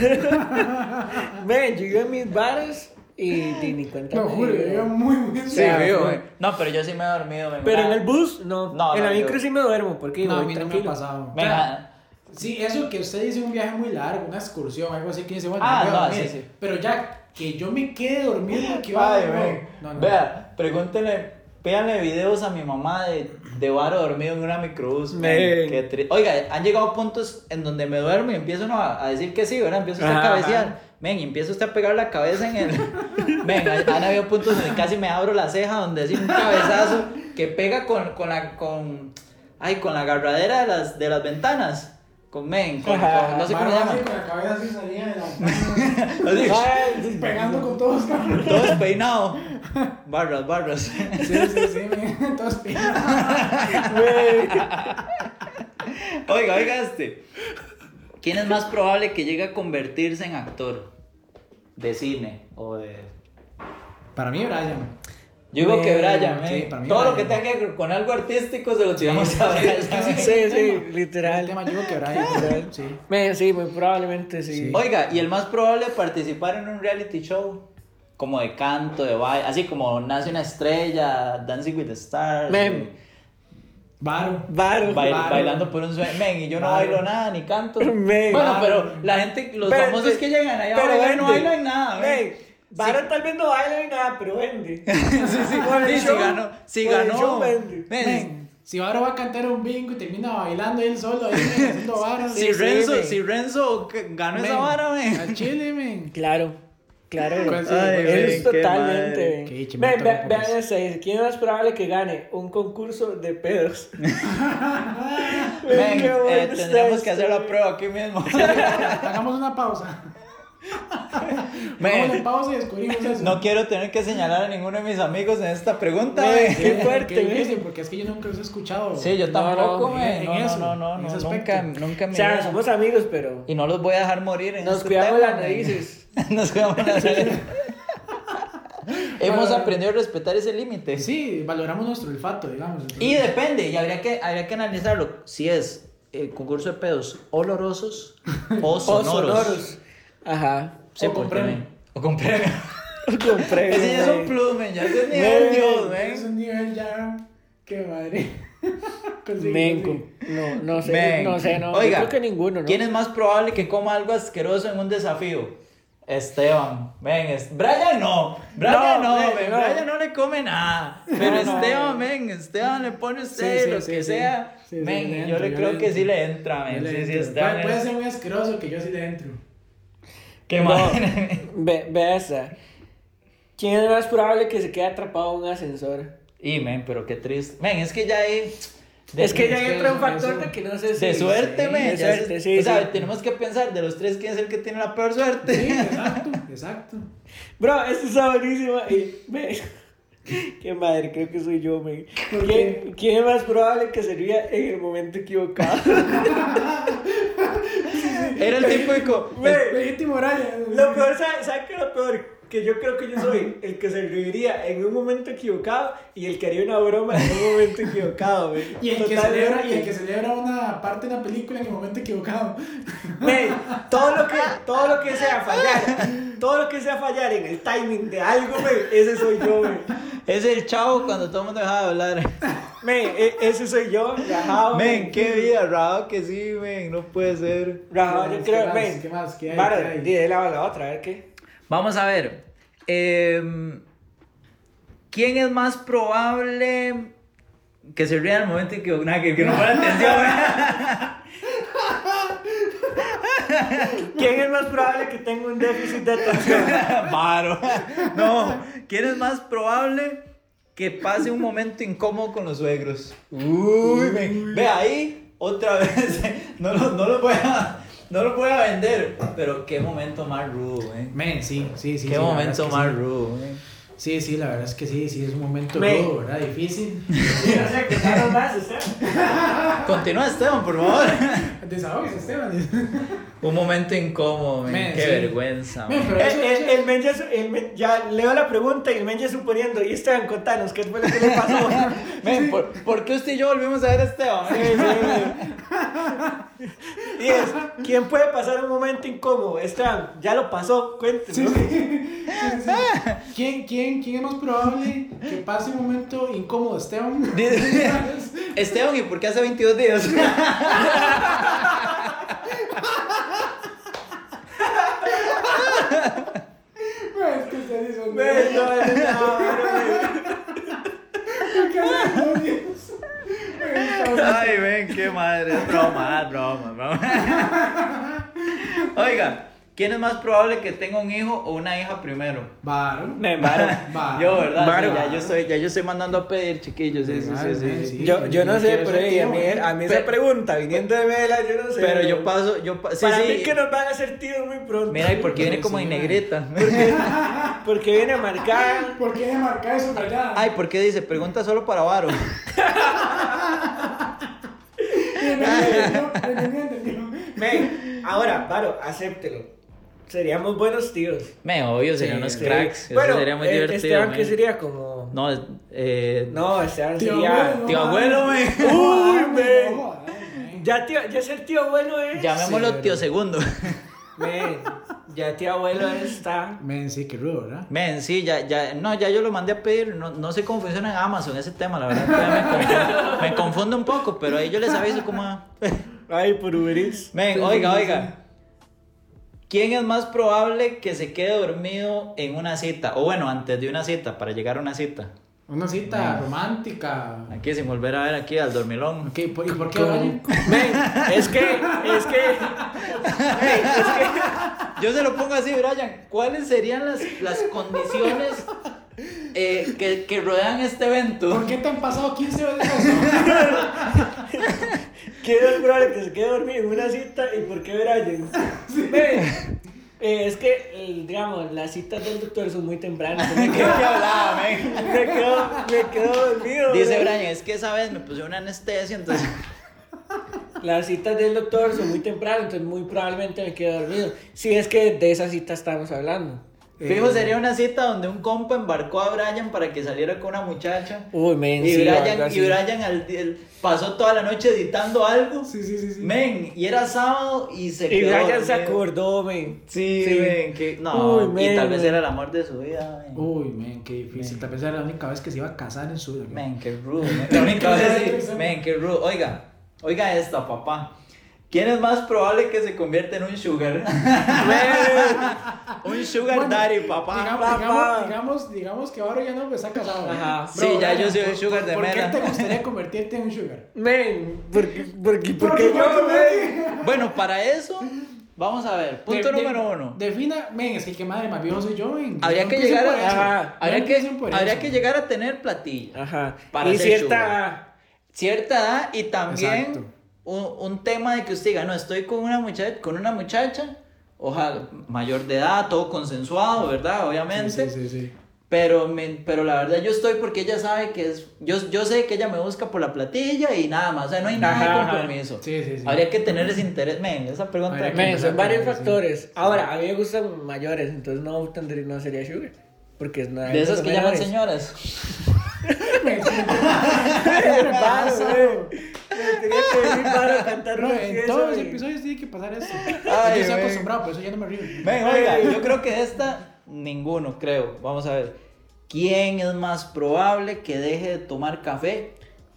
Speaker 1: Men, yo iba a mis bares y di ni cuenta.
Speaker 3: No,
Speaker 1: me
Speaker 3: juro,
Speaker 1: di.
Speaker 3: yo iba muy bien.
Speaker 2: Sí,
Speaker 1: sea,
Speaker 2: fijo,
Speaker 1: no.
Speaker 2: men. No, pero yo sí me he dormido, men.
Speaker 1: eh. Pero en
Speaker 2: Ah,
Speaker 1: el bus, no.
Speaker 2: No,
Speaker 1: en
Speaker 2: no,
Speaker 1: la
Speaker 2: yo-
Speaker 1: micro sí me duermo porque
Speaker 3: No, a
Speaker 1: voy
Speaker 3: mí no me ha
Speaker 1: tranquilo. (laughs)
Speaker 3: pasado.
Speaker 2: men, ah,
Speaker 3: Sí, eso que usted dice un viaje muy largo, una excursión, algo así que dice, bueno,
Speaker 2: Ah,
Speaker 3: me voy a
Speaker 2: no,
Speaker 3: dormir.
Speaker 2: sí, sí.
Speaker 3: Pero ya que yo me quede dormido, que va
Speaker 2: Ay,
Speaker 3: no.
Speaker 2: men.
Speaker 3: No, no.
Speaker 2: Vea, pregúntele, pídanle videos a mi mamá de, de varo dormido en una microbús.
Speaker 1: Men.
Speaker 2: men, qué tri- Oiga, han llegado puntos en donde me duermo y empiezo uno a, a decir que sí, ¿verdad? Empieza usted a
Speaker 1: Ajá,
Speaker 2: cabecear.
Speaker 1: ajá.
Speaker 2: Men, y empieza usted a pegar la cabeza en el. (laughs) Men, hay- han habido puntos donde casi me abro la ceja, donde así un cabezazo que pega con, con la. Con, ay, con la agarradera de las, de las ventanas. Con men, con,
Speaker 1: Ajá,
Speaker 2: con- no sé cómo se
Speaker 3: Mano
Speaker 2: llama.
Speaker 3: así, Con la cabeza así salía de la
Speaker 2: Así,
Speaker 1: Ay,
Speaker 3: pegando con todos los (laughs) cabrones.
Speaker 2: todo despeinado. Barras, barras.
Speaker 3: Sí, sí, sí, men, (laughs) todos pegados.
Speaker 1: güey.
Speaker 2: Oiga, oiga este. ¿Quién es más probable que llegue a convertirse en actor de cine o de...
Speaker 3: Para mí, Brian.
Speaker 2: Yo digo que
Speaker 3: Bueno,
Speaker 2: Brian,
Speaker 3: sí,
Speaker 2: eh.
Speaker 3: para mí
Speaker 2: todo lo que
Speaker 3: Brian.
Speaker 2: tenga que ver con algo artístico se lo tiramos a Brian.
Speaker 1: (laughs) Sí, sí,
Speaker 3: El tema
Speaker 1: literal.
Speaker 3: yo digo que
Speaker 1: (laughs)
Speaker 3: Brian. Sí.
Speaker 1: Men, sí, muy probablemente sí.
Speaker 3: Sí.
Speaker 2: Oiga, y el más probable participar en un reality show. Como de canto, de baile, así como Nace una estrella, Dancing with the Stars.
Speaker 1: Mem.
Speaker 3: Varo.
Speaker 1: Varo.
Speaker 2: y bail-
Speaker 3: Varo.
Speaker 2: bailando por un sueño. Men, y yo no
Speaker 3: Varo.
Speaker 2: bailo nada, ni canto.
Speaker 1: Men.
Speaker 2: Bueno,
Speaker 1: Varo.
Speaker 2: pero la gente, los
Speaker 1: Pero
Speaker 2: famosos
Speaker 1: entonces-
Speaker 2: que llegan allá
Speaker 1: pero
Speaker 2: a bailar no
Speaker 1: vende.
Speaker 2: bailan nada. men.
Speaker 1: Men, Varo tal vez no baila ni nada, pero vende. sí, sí,
Speaker 2: Sí, si ganó, si ganó. Men,
Speaker 3: Men, si Varo va a cantar un bingo y termina bailando él solo ahí, men, haciendo Varo.
Speaker 2: si
Speaker 1: sí,
Speaker 2: Renzo,
Speaker 1: men.
Speaker 2: si Renzo que- ganó
Speaker 3: Men,
Speaker 2: esa vara, men.
Speaker 3: Al chile,
Speaker 2: (laughs)
Speaker 3: men.
Speaker 1: Claro, claro.
Speaker 3: Pues sí,
Speaker 2: Ay,
Speaker 3: men.
Speaker 1: Es
Speaker 2: men, qué
Speaker 1: totalmente.
Speaker 2: madre.
Speaker 3: Qué
Speaker 1: Ven,
Speaker 3: chimento,
Speaker 1: vean
Speaker 3: no
Speaker 1: vean
Speaker 3: puedes.
Speaker 1: esa, dice, ¿Quién es más probable que gane un concurso de
Speaker 2: (laughs)
Speaker 1: pedos?
Speaker 2: Men,
Speaker 1: Qué
Speaker 2: eh,
Speaker 1: bueno está este.
Speaker 2: tendremos
Speaker 1: esto,
Speaker 2: que hacer la
Speaker 1: men.
Speaker 2: prueba
Speaker 1: (laughs)
Speaker 2: aquí mismo.
Speaker 3: Hagamos una pausa. Hagamos una
Speaker 2: (laughs) Men,
Speaker 3: pausa y descubrimos eso.
Speaker 2: no quiero tener que señalar a ninguno de mis amigos en esta pregunta,
Speaker 1: Men,
Speaker 2: men.
Speaker 1: qué fuerte,
Speaker 3: Qué
Speaker 1: men.
Speaker 3: difícil, porque es que yo nunca los he escuchado.
Speaker 2: Sí, yo
Speaker 1: No,
Speaker 2: tampoco,
Speaker 1: no,
Speaker 2: men.
Speaker 3: en
Speaker 2: No,
Speaker 3: eso,
Speaker 2: no, no,
Speaker 3: en
Speaker 2: no,
Speaker 3: ese
Speaker 2: nunca,
Speaker 3: aspecto.
Speaker 2: nunca
Speaker 1: O
Speaker 2: me
Speaker 1: sea, somos amigos, pero
Speaker 2: Y no los voy a dejar morir en
Speaker 1: nos
Speaker 2: este
Speaker 1: cuidamos
Speaker 2: tema,
Speaker 1: las
Speaker 2: men.
Speaker 1: raíces.
Speaker 2: (laughs) Nos
Speaker 1: (laughs)
Speaker 2: cuidamos las raíces. Hemos aprendido a respetar ese límite.
Speaker 3: Sí, valoramos nuestro olfato, digamos. entonces.
Speaker 2: Y depende, y habría que, habría que analizarlo si es eh, concurso de pedos olorosos o
Speaker 1: (laughs) O
Speaker 2: sonoros.
Speaker 1: sonoros. Ajá. pues,
Speaker 2: Sí,
Speaker 3: O con
Speaker 2: porque,
Speaker 3: premio.
Speaker 2: men, O con premio. (laughs)
Speaker 1: Con (laughs) premio,
Speaker 2: Ese ya es un
Speaker 1: men.
Speaker 2: plus, men, ya es
Speaker 3: (laughs)
Speaker 2: el nivel
Speaker 1: Men,
Speaker 2: Dios,
Speaker 3: Es
Speaker 2: men.
Speaker 3: un nivel ya. Qué madre. (laughs) Consigue,
Speaker 1: Men,
Speaker 3: consigue.
Speaker 1: con- no, no sé,
Speaker 2: Men.
Speaker 1: no sé, no. Yo
Speaker 2: Oiga,
Speaker 1: creo que ninguno, ¿no?
Speaker 2: ¿Quién es más probable que coma algo asqueroso en un desafío? Esteban, ven, es... Brian no, Brian no,
Speaker 1: No, men,
Speaker 2: men,
Speaker 1: no.
Speaker 2: Brian no le come nada, pero
Speaker 1: no,
Speaker 2: Esteban, ven, Esteban le pone usted
Speaker 3: Sí, sí,
Speaker 2: lo
Speaker 3: sí,
Speaker 2: que
Speaker 3: sí.
Speaker 2: sea,
Speaker 3: Sí, sí,
Speaker 2: ven, yo
Speaker 3: le entro,
Speaker 2: le
Speaker 3: yo
Speaker 2: creo
Speaker 3: le
Speaker 2: que sí
Speaker 3: entro.
Speaker 2: le entra,
Speaker 3: Yo
Speaker 2: men,
Speaker 3: le
Speaker 2: sí, sí,
Speaker 3: entro.
Speaker 2: Esteban
Speaker 3: Puede-
Speaker 2: es-
Speaker 3: Puede ser muy asqueroso que yo sí le
Speaker 2: (laughs)
Speaker 3: entro.
Speaker 2: Qué
Speaker 1: No,
Speaker 2: mal.
Speaker 1: ve, ve esa. ¿Quién es más probable que se quede atrapado en un ascensor?
Speaker 2: Y, men, pero qué triste. Men, es que ya hay... de-
Speaker 1: es que ya
Speaker 3: es que
Speaker 1: entra un
Speaker 3: eso-
Speaker 1: factor
Speaker 3: eso-
Speaker 1: de que no sé si.
Speaker 2: De suerte,
Speaker 1: sí,
Speaker 2: men.
Speaker 1: De
Speaker 2: ya se-
Speaker 1: suerte, sí.
Speaker 2: o sea,
Speaker 1: sí.
Speaker 2: tenemos que pensar de los tres quién es el que tiene la peor suerte.
Speaker 3: Sí, exacto, exacto.
Speaker 1: Bro, esto está buenísimo. Y, men, (laughs) Qué madre, creo que soy yo, men.
Speaker 3: ¿Por
Speaker 1: ¿Quién, quién es más probable que se ría en el momento equivocado?
Speaker 2: (laughs) Era el tipo de...
Speaker 1: (laughs)
Speaker 2: co-
Speaker 1: Men,
Speaker 3: Legítimo Brian.
Speaker 1: Lo peor, ¿sabes sabe qué es lo peor? Que yo creo que yo soy el que se reiría en un momento equivocado y el que haría una broma en un momento equivocado, men.
Speaker 3: (laughs) Y el, que
Speaker 1: Total,
Speaker 3: celebra,
Speaker 1: men.
Speaker 3: y el que celebra una parte de la película en el momento equivocado.
Speaker 1: Men, todo lo que todo lo que sea fallar, todo lo que sea fallar en el timing de algo, men, ese soy yo, men.
Speaker 2: Es el chavo cuando todo el mundo deja
Speaker 1: (laughs)
Speaker 2: de hablar. Ah,
Speaker 1: Men, e- ese soy yo, rajado.
Speaker 2: Men, qué vida, raro que sí, men, no puede ser.
Speaker 1: Rajado,
Speaker 3: ¿Qué
Speaker 1: yo
Speaker 3: más,
Speaker 1: creo,
Speaker 3: qué más,
Speaker 1: men.
Speaker 3: qué más, qué hay,
Speaker 1: Vara,
Speaker 3: qué hay?
Speaker 1: di de lado a la otra, a ver qué.
Speaker 2: Vamos a ver. em, ¿Quién es más probable que se ría en el momento en que, nah, que, que no pone
Speaker 1: (laughs)
Speaker 2: atención?
Speaker 1: ¿Quién es más probable que tenga un déficit de
Speaker 3: (laughs)
Speaker 1: atención?
Speaker 2: (laughs) Varo. No, ¿quién es más probable que pase un momento incómodo con los (laughs) suegros? Uy, men, ve ahí, otra vez. No, lo- no los voy a. No lo voy a vender. Pero qué momento más rudo, güey.
Speaker 3: (laughs) Men, sí, sí, sí.
Speaker 2: qué
Speaker 3: sí, la verdad es
Speaker 2: momento
Speaker 3: que
Speaker 2: más
Speaker 3: sí.
Speaker 2: rudo, eh. güey.
Speaker 3: Sí, sí, la verdad es que sí, sí, es un momento
Speaker 4: Men.
Speaker 3: rudo, ¿verdad? Difícil.
Speaker 1: No sé, contaron más, usted.
Speaker 2: Continúa, Esteban, por favor.
Speaker 3: (laughs)
Speaker 2: (laughs)
Speaker 3: Desahogues, Esteban.
Speaker 2: Un momento incómodo, men.
Speaker 3: Men,
Speaker 2: qué
Speaker 3: sí.
Speaker 2: vergüenza,
Speaker 3: Men,
Speaker 2: men.
Speaker 3: pero
Speaker 1: El,
Speaker 3: eso-
Speaker 1: el, el men ya, su- el men- ya leo la pregunta y el men ya suponiendo. Y Esteban, contanos, ¿qué fue lo que le
Speaker 3: (laughs)
Speaker 1: pasó?
Speaker 2: Men, ¿por, por qué usted y yo volvimos a ver a Esteban? men? (laughs)
Speaker 1: y es, ¿quién puede pasar un momento incómodo? Esteban, ya lo pasó, cuéntenos.
Speaker 3: (laughs)
Speaker 1: (laughs)
Speaker 3: ¿Quién, quién, ¿Quién es más probable que pase un momento incómodo, (laughs) Esteban?
Speaker 2: Dice- Esteban, ¿y por qué hace 22 días? (laughs)
Speaker 3: Es que ustedes (laughs) son
Speaker 1: Men, no, no, no,
Speaker 2: Ay, ven, qué madre. Es broma, es broma, broma. Oiga, ¿quién es más probable que tenga un hijo o una hija primero?
Speaker 3: Varo. (laughs)
Speaker 1: Me embargo.
Speaker 2: (laughs)
Speaker 3: Varo.
Speaker 2: Yo, ¿verdad? Sí,
Speaker 3: Varo.
Speaker 2: ya, yo estoy, ya yo estoy mandando a pedir, chiquillos. Sí, sí, sí, sí, sí.
Speaker 4: Yo, yo no sé,
Speaker 3: quiero
Speaker 4: pero
Speaker 3: ser
Speaker 4: ey, a
Speaker 3: tío.
Speaker 4: mí, a mí esa
Speaker 2: Pero-
Speaker 4: pregunta, viniendo de Mela, yo no sé.
Speaker 2: Pero yo paso, yo pa- sí,
Speaker 1: Para
Speaker 2: sí.
Speaker 1: mí que nos van a hacer tíos muy pronto.
Speaker 2: Mira, ¿y por qué viene como en negreta?
Speaker 1: Porque viene marcada.
Speaker 3: ¿Por qué marcar eso, verdad?
Speaker 2: (laughs) Ay, ¿por qué dice? Pregunta solo para Varo.
Speaker 1: Men, ahora, Varo, acéptelo. Seríamos buenos tíos.
Speaker 2: Me obvio, serían
Speaker 4: Sí,
Speaker 2: unos
Speaker 4: sí.
Speaker 2: cracks. Eso
Speaker 1: bueno,
Speaker 2: sería muy
Speaker 1: eh,
Speaker 2: divertido.
Speaker 4: Esteban,
Speaker 2: men.
Speaker 4: ¿qué sería como?
Speaker 2: No, es- eh,
Speaker 4: No,
Speaker 1: este
Speaker 4: Esteban
Speaker 3: Tío
Speaker 4: sería.
Speaker 3: abuelo.
Speaker 2: tío abuelo, men.
Speaker 1: Uy, men.
Speaker 3: men.
Speaker 1: Ya, tío, ya ser tío abuelo es.
Speaker 2: Llamémoslo
Speaker 4: Sí,
Speaker 2: tío
Speaker 4: pero-
Speaker 2: segundo.
Speaker 1: Men, ya tío abuelo está.
Speaker 3: Men, sí, qué rudo, ¿verdad?
Speaker 2: Men, sí, ya, ya, no, ya yo lo mandé a pedir. No, no sé cómo funciona en Amazon ese tema, la verdad. todavía Me confundo, me confundo un poco, pero ahí yo les aviso cómo. va.
Speaker 1: Ay, por Uber Eats.
Speaker 2: Men, oiga, oiga. ¿Quién es más probable que se quede dormido en una cita? O bueno, antes de una cita, para llegar a una cita.
Speaker 3: Una cita romántica.
Speaker 2: Aquí, sin volver a ver aquí al dormilón.
Speaker 3: Ok, ¿y por y por qué?
Speaker 4: Con-
Speaker 3: Brian?
Speaker 1: Men, es que, es que. men, es que. (laughs)
Speaker 2: Yo se lo pongo así, Brian. ¿Cuáles serían las, las condiciones eh, que, que rodean este evento?
Speaker 3: ¿Por qué te han pasado 15 veces eso?
Speaker 2: (laughs)
Speaker 1: Quiero es probable que se quede dormido en una cita y por qué Brian. Men, eh, es que, eh, digamos, las citas del doctor son muy tempranas.
Speaker 2: (laughs)
Speaker 1: Me
Speaker 2: ¿Qué
Speaker 1: quedo,
Speaker 2: hablaba, men?
Speaker 1: me quedo, me quedo dormido.
Speaker 2: Dice
Speaker 1: men.
Speaker 2: Brian, es que esa vez me puse una anestesia, entonces.
Speaker 4: Las citas del doctor son muy temprano, entonces muy probablemente me quedo dormido. Si es que de esa cita estamos hablando.
Speaker 2: Fijo,
Speaker 1: Eh,
Speaker 2: sería una cita donde un compa embarcó a Brian para que saliera con una muchacha.
Speaker 4: Uy, men,
Speaker 2: Y
Speaker 4: sí, o algo
Speaker 2: Brian, y
Speaker 4: así.
Speaker 2: Brian al- el- pasó toda la noche editando algo.
Speaker 3: Sí, sí, sí, sí.
Speaker 2: Men, y era sábado y se
Speaker 4: Y
Speaker 2: quedó
Speaker 4: Brian se
Speaker 2: dormido.
Speaker 4: acordó, men.
Speaker 2: Sí, men, que. No,
Speaker 4: Uy,
Speaker 2: y
Speaker 4: men.
Speaker 2: tal vez
Speaker 4: (laughs)
Speaker 2: era el amor de su vida, men.
Speaker 3: Uy, men, qué difícil. Tal vez era la única vez que se iba a casar en su vida. men.
Speaker 2: Men, qué rudo. men. La única vez sí. Men, qué rudo. Oiga, oiga esta, papá. ¿Quién es más probable que se convierta en un sugar? (laughs) un sugar
Speaker 3: Bueno,
Speaker 2: daddy, papá.
Speaker 3: Digamos,
Speaker 4: papá.
Speaker 3: digamos, digamos, digamos que ahora ya no pues, está casado.
Speaker 4: Ajá.
Speaker 3: Bro,
Speaker 2: Sí, ya
Speaker 3: Brian,
Speaker 2: yo soy un
Speaker 3: ¿por-
Speaker 2: sugar de
Speaker 3: ¿Por
Speaker 2: mera.
Speaker 3: qué te gustaría convertirte en un sugar?
Speaker 4: Men, ¿por qué, por qué- por qué
Speaker 3: Porque
Speaker 4: yo, men?
Speaker 2: Bueno, para eso, vamos a ver. (laughs) Punto
Speaker 3: De- de-
Speaker 2: número uno.
Speaker 3: Defina, men, es que qué madre más viejo soy yo, men.
Speaker 2: Habría
Speaker 3: No
Speaker 2: que
Speaker 3: empiecen
Speaker 2: llegar
Speaker 3: por
Speaker 2: a,
Speaker 3: eso.
Speaker 4: ajá,
Speaker 3: No
Speaker 2: habría que,
Speaker 3: empiecen por Ah.
Speaker 2: habría
Speaker 3: eso.
Speaker 2: que llegar a tener platillo.
Speaker 4: Ajá.
Speaker 2: Para
Speaker 4: y
Speaker 2: ser
Speaker 4: cierta.
Speaker 2: Cierta edad y también
Speaker 3: Exacto.
Speaker 2: un, un tema de que usted diga, no, estoy con una muchacha, con una muchacha, ojalá mayor de edad, todo consensuado, ¿verdad? Obviamente.
Speaker 3: Sí, sí, sí, sí.
Speaker 2: Pero, me- pero la verdad yo estoy porque ella sabe que es, yo, yo sé que ella me busca por la platilla y nada más, o sea, no hay nada
Speaker 4: Ajá,
Speaker 2: de
Speaker 4: ajá.
Speaker 2: compromiso.
Speaker 3: Sí, sí, sí.
Speaker 2: Habría que tener ese interés, men, esa pregunta.
Speaker 3: Habría que-
Speaker 4: Men, son varios
Speaker 3: Sí, sí.
Speaker 4: factores. Ahora, a mí me gustan mayores, entonces no, tendría, no sería sugar. Porque es nada.
Speaker 2: de esas que llaman
Speaker 4: menores.
Speaker 2: señoras.
Speaker 3: Men, sí.
Speaker 4: Paro, güey. Me tenía que venir para cantar
Speaker 3: Bro,
Speaker 4: una
Speaker 3: en
Speaker 4: fiesta,
Speaker 3: todos los
Speaker 4: güey.
Speaker 3: episodios tiene que pasar esto.
Speaker 2: Ay,
Speaker 3: yo estoy
Speaker 2: men.
Speaker 3: acostumbrado, por eso ya no me río.
Speaker 2: Men, oiga, yo creo que de esta, ninguno, creo. Vamos a ver. ¿Quién es más probable que deje de tomar café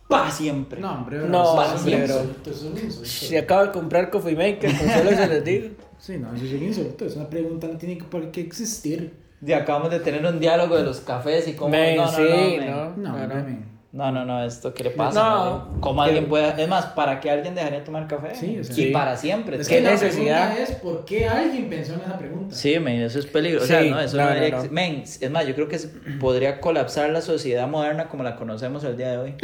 Speaker 2: para siempre?
Speaker 3: No, hombre, bro,
Speaker 4: No,
Speaker 3: eso es
Speaker 4: hombre,
Speaker 3: un
Speaker 4: bro.
Speaker 3: insulto, eso es un insulto.
Speaker 4: Si acabo de comprar Coffee Maker, con solo se les digo.
Speaker 3: Sí, no, eso es un insulto. Es una pregunta, no tiene que- por qué existir.
Speaker 2: Y acabamos de tener un diálogo de los cafés y cómo...
Speaker 4: Men,
Speaker 2: no, no,
Speaker 4: sí,
Speaker 2: no, men.
Speaker 4: no.
Speaker 3: No,
Speaker 4: Claro.
Speaker 3: hombre, men.
Speaker 2: No, no, no, esto que le pasa.
Speaker 4: No.
Speaker 2: No. ¿Cómo alguien puede.? Es más, ¿para qué alguien dejaría de tomar café?
Speaker 3: Sí, o sea,
Speaker 2: y
Speaker 3: sí.
Speaker 2: para siempre.
Speaker 3: Es
Speaker 2: tío.
Speaker 3: que la
Speaker 4: necesidad?
Speaker 3: pregunta es: ¿por qué alguien pensó en esa pregunta?
Speaker 2: Sí, men, eso es peligro. O
Speaker 4: Sí,
Speaker 2: sea, no, eso no,
Speaker 4: no, no,
Speaker 2: debería
Speaker 4: no.
Speaker 2: exi- Men, es más, yo creo que se- podría colapsar la sociedad moderna como la conocemos al día de hoy.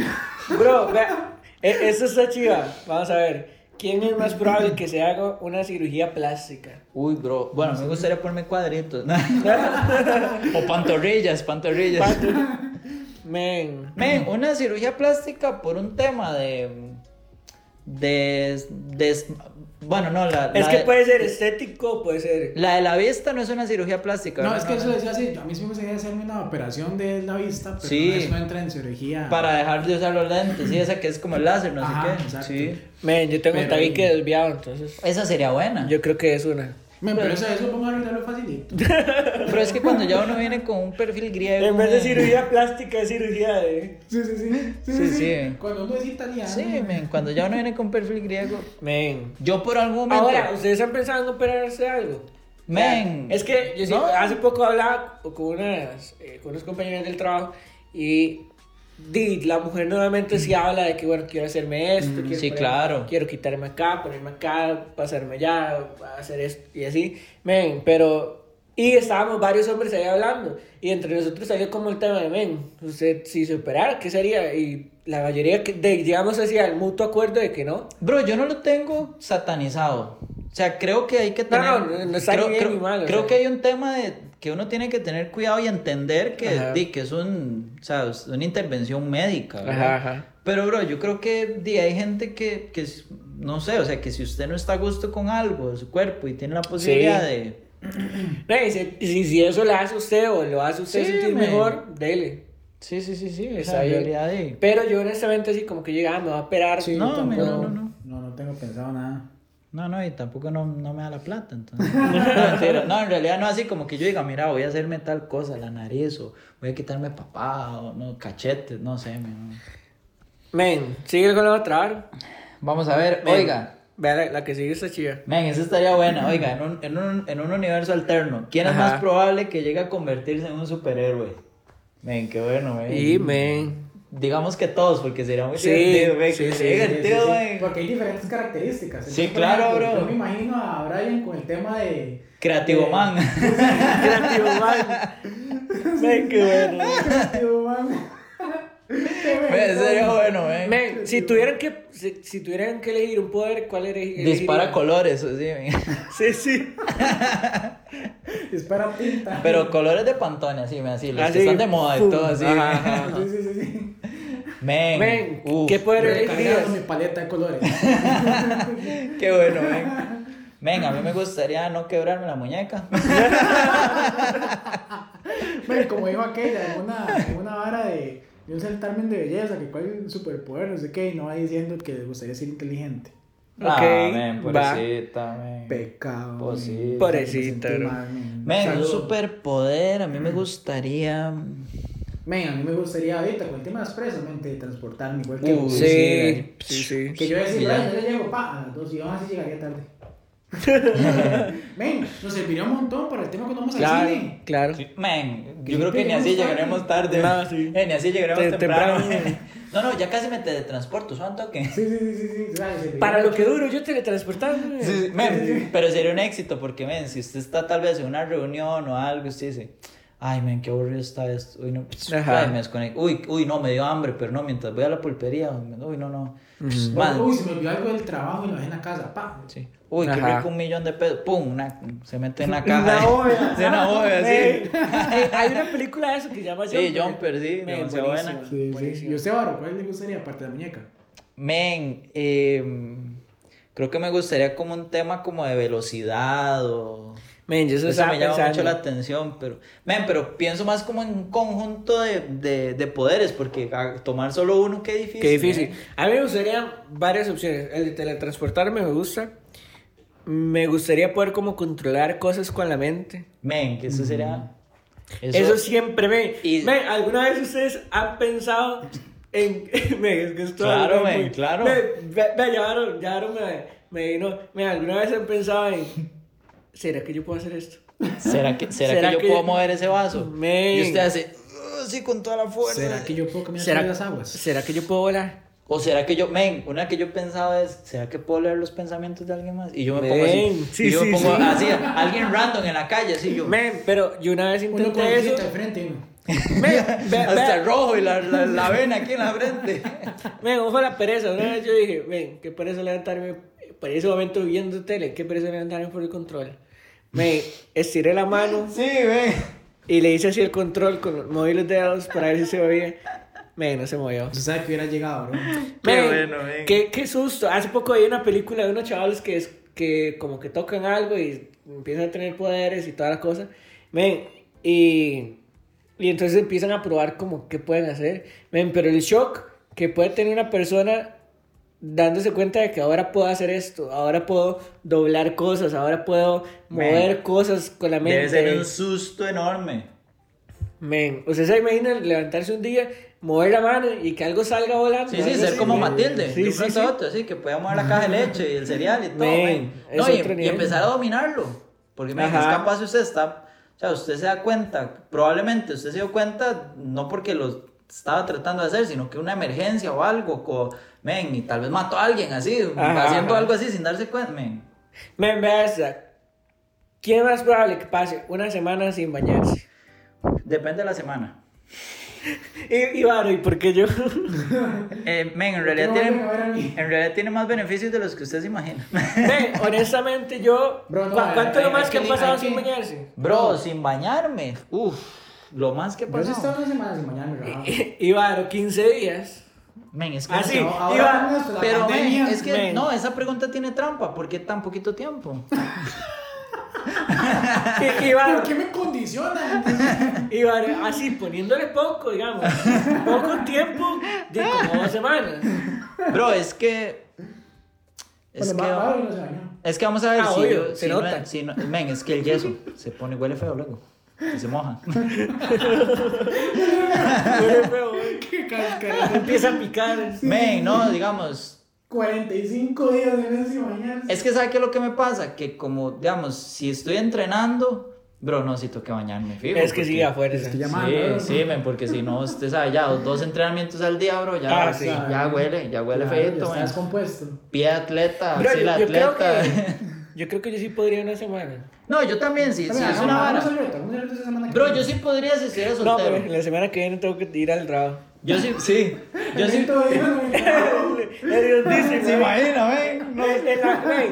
Speaker 4: Bro, vea, e- eso está chiva. Vamos a ver.
Speaker 1: ¿Quién es más probable que se haga una cirugía plástica? (laughs)
Speaker 2: Uy, bro. Bueno, me gustaría ponerme cuadritos. (laughs) o pantorrillas, pantorrillas.
Speaker 1: Men.
Speaker 2: Men, una cirugía plástica por un tema de. de. de- bueno, no, la.
Speaker 1: Es
Speaker 2: la
Speaker 1: que
Speaker 2: de-
Speaker 1: puede ser estético, puede ser.
Speaker 2: La de la vista no es una cirugía plástica.
Speaker 3: No,
Speaker 2: ¿verdad?
Speaker 3: es que eso decía así. Yo a mí sí me gustaría hacerme una operación de la vista, pero
Speaker 2: Sí.
Speaker 3: eso no entra en cirugía.
Speaker 2: Para dejar de usar los lentes, sí, esa que es como el láser, no
Speaker 3: Ajá,
Speaker 2: sé qué.
Speaker 3: exacto.
Speaker 2: Sí.
Speaker 1: Men, yo tengo un
Speaker 3: Pero-
Speaker 1: tabique desviado, entonces.
Speaker 2: Esa sería buena.
Speaker 1: Yo creo que es una.
Speaker 3: Men, pero eso, eso vamos a arreglarlo facilito.
Speaker 2: Pero es que cuando ya uno viene con un perfil griego.
Speaker 1: En vez de
Speaker 2: men.
Speaker 1: cirugía plástica, es cirugía de.
Speaker 3: Sí, sí, sí. Sí,
Speaker 2: Sí,
Speaker 3: sí,
Speaker 2: sí.
Speaker 3: Cuando uno es italiano.
Speaker 2: Sí, men, cuando ya uno viene con perfil griego.
Speaker 1: Men.
Speaker 2: Yo por algún momento.
Speaker 1: Ahora, ¿ustedes han pensado en operarse algo?
Speaker 2: Men.
Speaker 1: O sea, Es que yo sí-
Speaker 2: No.
Speaker 1: hace poco hablaba con, unas, eh, con unos compañeros del trabajo y, di, la mujer nuevamente sí habla de que, bueno, quiero hacerme esto,
Speaker 2: Mm,
Speaker 1: quiero,
Speaker 2: sí,
Speaker 1: ponerme-
Speaker 2: claro.
Speaker 1: quiero quitarme acá, ponerme acá, pasarme allá, hacer esto y así. Men, pero... Y estábamos varios hombres ahí hablando y entre nosotros salió como el tema de, men, usted si se operara, ¿qué sería? Y la mayoría que- de- llegamos hacia el mutuo acuerdo de que no.
Speaker 2: Bro, yo no lo tengo satanizado. O sea, creo que hay que tener.
Speaker 1: no, no, no está
Speaker 2: creo,
Speaker 1: ni bien
Speaker 2: creo-
Speaker 1: ni mal, o
Speaker 2: creo
Speaker 1: sea.
Speaker 2: que hay un tema de que uno tiene que tener cuidado y entender que,
Speaker 1: Ajá.
Speaker 2: di, que es un, o sea, es una intervención médica. ¿verdad?
Speaker 1: Ajá, ajá.
Speaker 2: Pero, bro, yo creo que di, hay gente que, que, es- no sé, o sea, que si usted no está a gusto con algo de su cuerpo y tiene la posibilidad
Speaker 1: Sí.
Speaker 2: de.
Speaker 1: Ve, y si, si, si eso le hace a usted o lo hace a usted
Speaker 2: Sí,
Speaker 1: sentir
Speaker 2: men.
Speaker 1: mejor, dele.
Speaker 2: Sí, sí, sí, sí,
Speaker 1: está
Speaker 2: esa
Speaker 1: bien.
Speaker 2: realidad de.
Speaker 1: Pero yo honestamente así como que llega, ah, me va a operar.
Speaker 3: Sí,
Speaker 2: No,
Speaker 3: tampoco.
Speaker 2: men, no, no, no.
Speaker 3: No, no tengo pensado nada.
Speaker 2: No, no, y tampoco no, no me da la plata, entonces. No, mentira. No, en realidad no así como que yo diga, mira, voy a hacerme tal cosa, la nariz, o voy a quitarme papá, o no, cachetes, no sé, mi amor.
Speaker 1: Men, sigue con la otra. ahora.
Speaker 2: Vamos a ver,
Speaker 1: Men,
Speaker 2: oiga.
Speaker 1: Vea, la, la que sigue está chida.
Speaker 2: Men, eso estaría buena, oiga, en un, en un, en un universo alterno, ¿quién es
Speaker 1: Ajá.
Speaker 2: más probable que llegue a convertirse en un superhéroe? Men, qué bueno, men.
Speaker 1: Y, men.
Speaker 2: Digamos que todos, porque sería muy
Speaker 1: Sí,
Speaker 2: divertido, men,
Speaker 1: sí,
Speaker 2: que
Speaker 1: sí,
Speaker 2: llegue
Speaker 3: Sí,
Speaker 2: el
Speaker 3: sí,
Speaker 2: tío,
Speaker 3: sí.
Speaker 2: men.
Speaker 3: Porque hay diferentes características.
Speaker 2: Sí,
Speaker 3: Entonces, por
Speaker 2: claro,
Speaker 3: ejemplo,
Speaker 2: bro.
Speaker 3: Yo me imagino a Brian con el tema de.
Speaker 2: Creativo
Speaker 3: de-
Speaker 2: man. (laughs)
Speaker 1: Creativo, man.
Speaker 3: (laughs)
Speaker 1: Men, qué bueno.
Speaker 3: Creativo man. Qué
Speaker 2: Men, sería
Speaker 3: bueno.
Speaker 2: bueno, men.
Speaker 1: Men, si tuvieran que, si, si tuvieran que elegir un poder, ¿cuál elegirían?
Speaker 2: Dispara colores, sí, men.
Speaker 1: Sí, sí.
Speaker 3: Dispara tinta.
Speaker 2: Pero colores de Pantone, así, me así, los
Speaker 1: Así,
Speaker 2: que están de moda y
Speaker 1: Ah, pum,
Speaker 2: todo, así.
Speaker 1: ajá, ajá.
Speaker 3: Sí, sí, sí, sí.
Speaker 2: Men,
Speaker 1: Men,
Speaker 2: uf,
Speaker 1: ¿qué poder
Speaker 3: Recargado
Speaker 1: elegirías?
Speaker 3: mi paleta de colores. (laughs)
Speaker 2: qué bueno, men. Men, a mí me gustaría no quebrarme la muñeca.
Speaker 3: Bueno, como dijo aquella, una, una vara de, de un certamen de belleza, que cuál es un superpoder, no sé qué, y no va diciendo que le gustaría ser inteligente.
Speaker 2: Ah,
Speaker 1: Ok,
Speaker 2: men,
Speaker 1: va.
Speaker 2: pobrecita, men.
Speaker 3: Pecado.
Speaker 2: Pobrecita.
Speaker 1: Pobrecita, bro.
Speaker 2: Men,
Speaker 3: Men,
Speaker 2: un superpoder, a mí me gustaría...
Speaker 3: men, a mí me gustaría ahorita, con el tema de las presas, men, de transportarme igual que
Speaker 2: Uy,
Speaker 3: vos.
Speaker 2: sí,
Speaker 1: Sí, sí, sí.
Speaker 3: Que yo decía,
Speaker 2: Mira.
Speaker 3: yo le llego, pa, a las dos y aún así llegaría tarde. men, nos serviría un montón para el tema cuando vamos al
Speaker 1: Claro,
Speaker 3: cine.
Speaker 1: claro.
Speaker 2: Men, yo
Speaker 3: Que
Speaker 2: creo que ni
Speaker 3: lleguemos
Speaker 2: así
Speaker 3: tarde.
Speaker 2: llegaremos tarde.
Speaker 1: No, sí.
Speaker 2: Eh, ni así llegaremos
Speaker 1: Te-
Speaker 2: temprano. (laughs)
Speaker 1: temprano.
Speaker 2: no, no, ya casi me teletransporto, ¿saben toque?
Speaker 3: Sí, sí, sí, sí, sí. o sea, serviría
Speaker 1: Para lo
Speaker 3: mucho.
Speaker 1: que duro, yo teletransportarme.
Speaker 2: Sí, sí, men, Eh, pero sería un éxito porque, men, si usted está tal vez en una reunión o algo, usted dice, ay, men, qué aburrido está esto. Uy, no, pss,
Speaker 1: Ajá.
Speaker 2: ay, me desconecté. Uy, uy, no, me dio hambre, pero no, mientras voy a la pulpería, uy, no, no. Pss, madre,
Speaker 3: Uy, se me olvidó algo del trabajo y lo dejé en la casa, pa.
Speaker 2: sí. Uy, qué
Speaker 1: Ajá.
Speaker 2: rico un millón de pesos. Pum, una- se mete en la caja.
Speaker 3: Una olla.
Speaker 2: Sí, (laughs) una olla,
Speaker 1: Men,
Speaker 2: (laughs) sí.
Speaker 1: eh, Hay una película de eso que se llama
Speaker 2: Sí, Jumper, sí,
Speaker 1: Men,
Speaker 2: demasiado
Speaker 1: buenísima.
Speaker 2: buena.
Speaker 3: Sí, sí.
Speaker 1: Buenísimo.
Speaker 3: ¿Y usted, Baro, cuál le gustaría aparte de la muñeca?
Speaker 2: Men, em, creo que me gustaría como un tema como de velocidad o...
Speaker 1: Men, yo eso
Speaker 2: Eso
Speaker 1: estaba
Speaker 2: me llama
Speaker 1: pensando.
Speaker 2: mucho la atención, pero, men, pero pienso más como en un conjunto de, de, de poderes, porque a- tomar solo uno, qué difícil.
Speaker 1: Qué difícil.
Speaker 2: ¿eh?
Speaker 1: A mí me gustaría varias opciones. El de teletransportarme me gusta. Me gustaría poder como controlar cosas con la mente.
Speaker 2: Men, que eso sería...
Speaker 1: Mm. Eso, siempre me...
Speaker 2: Y-
Speaker 1: Men, ¿Alguna vez ustedes han pensado en... (laughs) men, es que esto-
Speaker 2: Claro,
Speaker 1: men,
Speaker 2: men, claro.
Speaker 1: Men, ve- ve, llevaron, llevaron, me, me vino... Men, ¿alguna vez han pensado en... ¿Será que yo puedo hacer
Speaker 3: (laughs)
Speaker 1: esto?
Speaker 2: ¿Será que, será
Speaker 1: ¿Será
Speaker 2: que yo
Speaker 1: que-
Speaker 2: puedo mover ese vaso?
Speaker 1: Men.
Speaker 2: Y usted hace, "Ugh, sí, con toda la fuerza.
Speaker 3: ¿Será que yo puedo caminar
Speaker 1: ¿Será,
Speaker 3: sobre las aguas?
Speaker 1: ¿Será que yo puedo volar?
Speaker 2: O será que yo, men, una que yo pensaba es, ¿será que puedo leer los pensamientos de alguien más? Y yo me pongo así.
Speaker 1: Men, sí,
Speaker 2: y yo me
Speaker 1: sí,
Speaker 2: pongo
Speaker 1: sí.
Speaker 2: así, alguien random en la calle, así yo.
Speaker 1: Men, pero yo una vez
Speaker 3: Uno con
Speaker 1: intenté
Speaker 3: el
Speaker 1: eso...
Speaker 3: al frente, uno.
Speaker 1: Men, ve-
Speaker 2: (laughs) (laughs) hasta
Speaker 1: ve-
Speaker 2: rojo y la, la, la vena aquí en la frente.
Speaker 1: Men, ojo a la pereza. Una vez yo dije, ven, qué pereza levantarme por ese momento viendo tele, qué persona andaron por el control. Me estiré la mano
Speaker 2: Sí, ven.
Speaker 1: y le hice así el control, con, moví los dedos para ver si se movía. Me, no se movió.
Speaker 3: Tú sabes que hubiera llegado, bro.
Speaker 1: Qué
Speaker 2: bueno, men.
Speaker 1: Qué, qué susto. Hace poco vi una película de unos chavales que, es, que como que tocan algo y empiezan a tener poderes y toda la cosa. Men, y, y entonces empiezan a probar como qué pueden hacer. Men, pero el shock que puede tener una persona dándose cuenta de que ahora puedo hacer esto, ahora puedo doblar cosas, ahora puedo
Speaker 2: Men.
Speaker 1: mover cosas con la mente.
Speaker 2: Debe ser un susto enorme.
Speaker 1: Men, ¿usted se imagina levantarse un día, mover la mano y que algo salga volando?
Speaker 2: Sí, sí,
Speaker 1: Algo
Speaker 2: ser
Speaker 1: así,
Speaker 2: como
Speaker 1: men.
Speaker 2: Matilde.
Speaker 1: Sí,
Speaker 2: de un
Speaker 1: sí,
Speaker 2: pronto a
Speaker 1: sí.
Speaker 2: otro, sí, que podía mover la caja de leche y el cereal y todo.
Speaker 1: Men,
Speaker 2: men.
Speaker 1: es
Speaker 2: No, y,
Speaker 1: otro
Speaker 2: y
Speaker 1: nivel.
Speaker 2: empezar a dominarlo. Porque men, es
Speaker 1: Ajá.
Speaker 2: capaz usted está. O sea, usted se da cuenta. Probablemente usted se dio cuenta no porque lo estaba tratando de hacer, sino que una emergencia o algo. co- men, y tal vez mató a alguien así,
Speaker 1: Ajá,
Speaker 2: haciendo
Speaker 1: ajá.
Speaker 2: algo así sin darse cuenta. Men.
Speaker 1: Men, vea esta. ¿Quién es más probable que pase una semana sin bañarse?
Speaker 2: Depende de la semana.
Speaker 1: Y, y bueno, ¿y por qué (laughs) yo?
Speaker 2: Eh, men, en
Speaker 3: ¿Por qué
Speaker 2: realidad,
Speaker 3: no
Speaker 2: tiene,
Speaker 3: van a ver a mí?
Speaker 2: en realidad tiene más beneficios de los que usted se imagina. (laughs)
Speaker 1: Men, honestamente yo...
Speaker 3: Bro, no,
Speaker 1: ¿cu-
Speaker 3: hay-
Speaker 1: ¿Cuánto es lo
Speaker 3: hay-
Speaker 1: más
Speaker 3: hay
Speaker 1: que han
Speaker 3: que-
Speaker 1: pasado
Speaker 3: hay
Speaker 1: sin
Speaker 3: que-
Speaker 1: bañarse?
Speaker 2: Bro, sin bañarme. Uf, lo más que
Speaker 3: Yo sí
Speaker 2: pasó.
Speaker 3: estaba una semana sin bañarme,
Speaker 1: (laughs)
Speaker 3: rajado.
Speaker 1: Y bueno, 15 días.
Speaker 2: Men, es que
Speaker 1: Así,
Speaker 2: no sé.
Speaker 3: ahora
Speaker 1: iba-
Speaker 3: con esto, la
Speaker 2: Pero, men,
Speaker 3: pandemia,
Speaker 2: es que
Speaker 1: men.
Speaker 2: no, esa pregunta tiene trampa. ¿Por qué tan poquito (laughs) tiempo?
Speaker 1: y, y bueno,
Speaker 3: ¿Por
Speaker 1: (laughs)
Speaker 3: qué me condicionan?
Speaker 2: (laughs)
Speaker 1: y bueno, así poniéndole poco, digamos. Poco tiempo de como dos semanas.
Speaker 2: Bro, es que. Es
Speaker 3: Bueno, va- va,
Speaker 2: que.
Speaker 3: no se bañó.
Speaker 2: Es que vamos a ver
Speaker 1: Ah,
Speaker 2: si,
Speaker 1: obvio,
Speaker 2: yo-
Speaker 1: se
Speaker 2: si no-
Speaker 1: nota.
Speaker 2: si no- men, es que el yeso se pone, huele feo luego. y se moja. (laughs)
Speaker 1: Huele feo, güey.
Speaker 3: Qué cascarón.
Speaker 1: Empieza a picar.
Speaker 2: Men, no, digamos,
Speaker 3: 45 días de mes sin bañarse.
Speaker 2: Es que, ¿sabe qué es lo que me pasa? Que como, digamos, si estoy entrenando, bro, no, si tengo que bañarme, fijo.
Speaker 1: Es que sí,
Speaker 2: porque-
Speaker 1: afuera.
Speaker 3: Es que ya-
Speaker 2: Sí,
Speaker 3: Llamando, ¿no?
Speaker 2: sí, men, porque si no, usted sabe, ya dos- dos entrenamientos al día, bro, ya,
Speaker 1: Ah, sí.
Speaker 2: ya huele, ya huele
Speaker 3: Claro, ya
Speaker 2: feito,
Speaker 3: Está
Speaker 2: men.
Speaker 3: descompuesto.
Speaker 2: Pie de atleta,
Speaker 1: Bro,
Speaker 2: sí,
Speaker 1: yo,
Speaker 2: la
Speaker 1: yo creo
Speaker 2: atleta.
Speaker 1: que, (laughs) yo creo que yo sí podría una semana.
Speaker 2: No, yo también, sí, sí, es una vara. Bro, yo sí podría si estuviera
Speaker 1: No, pero
Speaker 2: soltero.
Speaker 1: la semana que viene tengo que ir al trabajo.
Speaker 2: Yo sí, sí, yo
Speaker 3: Yo (laughs)
Speaker 2: sí.
Speaker 3: siento
Speaker 2: (laughs)
Speaker 1: Hediondísimo.
Speaker 2: Se imagina, men. no.
Speaker 1: En la- güey,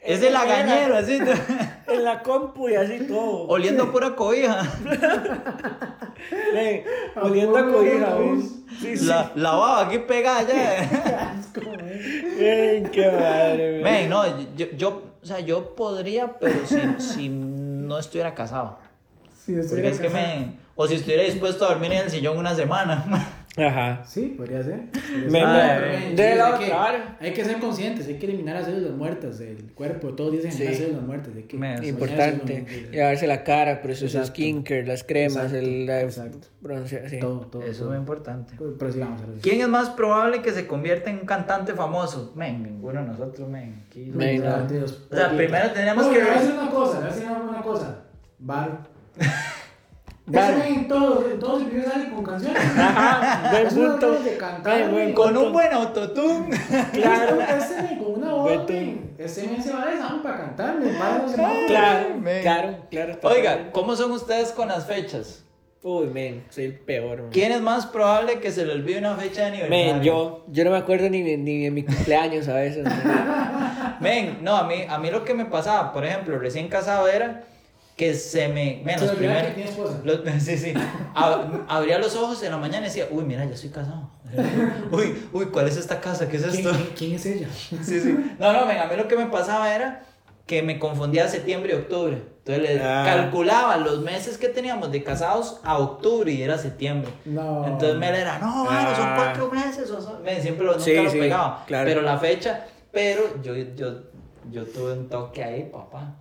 Speaker 2: Es el
Speaker 1: en la-
Speaker 2: agañero, así. (laughs)
Speaker 1: En la compu y así todo.
Speaker 2: Oliendo a pura cobija.
Speaker 1: Güey, Oliendo a
Speaker 3: poco
Speaker 1: cobija,
Speaker 3: de
Speaker 1: güey.
Speaker 3: luz.
Speaker 1: Sí, sí.
Speaker 2: La, la baba aquí pegada ya.
Speaker 1: Güey, qué madre, güey.
Speaker 2: Men, no, yo, yo, o sea, yo podría, pero si, si no estuviera casado.
Speaker 3: Sí, estoy
Speaker 2: Porque es que me, o si estuviera dispuesto a dormir en el sillón una semana.
Speaker 1: Ajá.
Speaker 3: Sí, podría ser. Podría
Speaker 1: Me-
Speaker 3: ser.
Speaker 2: Ay,
Speaker 1: me-
Speaker 2: men,
Speaker 3: Sí,
Speaker 1: de la
Speaker 3: hay,
Speaker 1: otra
Speaker 3: que,
Speaker 1: área.
Speaker 3: hay que ser conscientes, hay que eliminar las células muertas del cuerpo. Todos dicen
Speaker 1: Sí.
Speaker 3: las células muertas. Hay que
Speaker 2: Men,
Speaker 3: soñar
Speaker 1: Importante.
Speaker 3: eso, no,
Speaker 1: Llevarse la cara, pero eso es
Speaker 3: Exacto.
Speaker 1: skincare, las cremas,
Speaker 3: Exacto,
Speaker 1: el la
Speaker 3: exacto.
Speaker 1: broncea, sí.
Speaker 3: Todo, todo.
Speaker 2: Eso es muy importante.
Speaker 3: todo. Pero sigamos. ahora sí.
Speaker 2: ¿Quién es más probable que se convierta en un cantante famoso? Men, ninguno de nosotros, men. Aquí-
Speaker 1: Men, no.
Speaker 3: Dios.
Speaker 2: O sea, primero tenemos
Speaker 3: No,
Speaker 2: que
Speaker 3: le voy a
Speaker 2: ver-
Speaker 3: hacer una cosa, le voy a hacer una cosa.
Speaker 1: (laughs)
Speaker 3: Bar.
Speaker 1: Bar.
Speaker 3: Ese men, todos, todos los videos salen con canciones.
Speaker 1: Ajá, buen
Speaker 3: Es una
Speaker 1: punto.
Speaker 3: manera de cantar,
Speaker 1: Ay, buen
Speaker 3: men.
Speaker 2: Con un buen autotune.
Speaker 1: Claro.
Speaker 3: Ese men con una voz,
Speaker 1: Vete.
Speaker 3: men. Ese men se va a examen para cantar, men. Para
Speaker 1: (laughs)
Speaker 3: los
Speaker 1: Claro,
Speaker 2: men.
Speaker 1: claro, claro.
Speaker 2: Oiga, ¿cómo son ustedes con las fechas?
Speaker 1: Uy, men, soy el peor, man.
Speaker 2: ¿Quién es más probable que se le olvide una fecha de aniversario?
Speaker 1: Men, yo, yo no me acuerdo ni, ni de mi cumpleaños a veces. man.
Speaker 2: Men, no, a mí, a mí lo que me pasaba, por ejemplo, recién casado era que se me. Men,
Speaker 3: Se
Speaker 2: los
Speaker 3: olvidaba que
Speaker 2: primeros-
Speaker 3: tenía esposa.
Speaker 2: los- (laughs) sí, sí. Ab- abría los ojos en la mañana y decía, uy, mira, ya estoy casado. (laughs) Uy, uy, ¿cuál es esta casa? ¿Qué es
Speaker 3: ¿Quién,
Speaker 2: esto?
Speaker 3: quién- quién es ella?
Speaker 2: Sí, sí. No, no, men, a mí lo que me pasaba era que me confundía septiembre y octubre. Entonces le
Speaker 1: Ah.
Speaker 2: calculaba los meses que teníamos de casados a octubre y era septiembre.
Speaker 3: No.
Speaker 2: Entonces me era, no, bueno, son
Speaker 1: Ah.
Speaker 2: cuatro meses. O son... men, siempre lo, nunca
Speaker 1: Sí,
Speaker 2: lo
Speaker 1: sí,
Speaker 2: pegaba.
Speaker 1: claro.
Speaker 2: Pero la fecha, pero yo, yo, yo tuve un toque ahí, papá.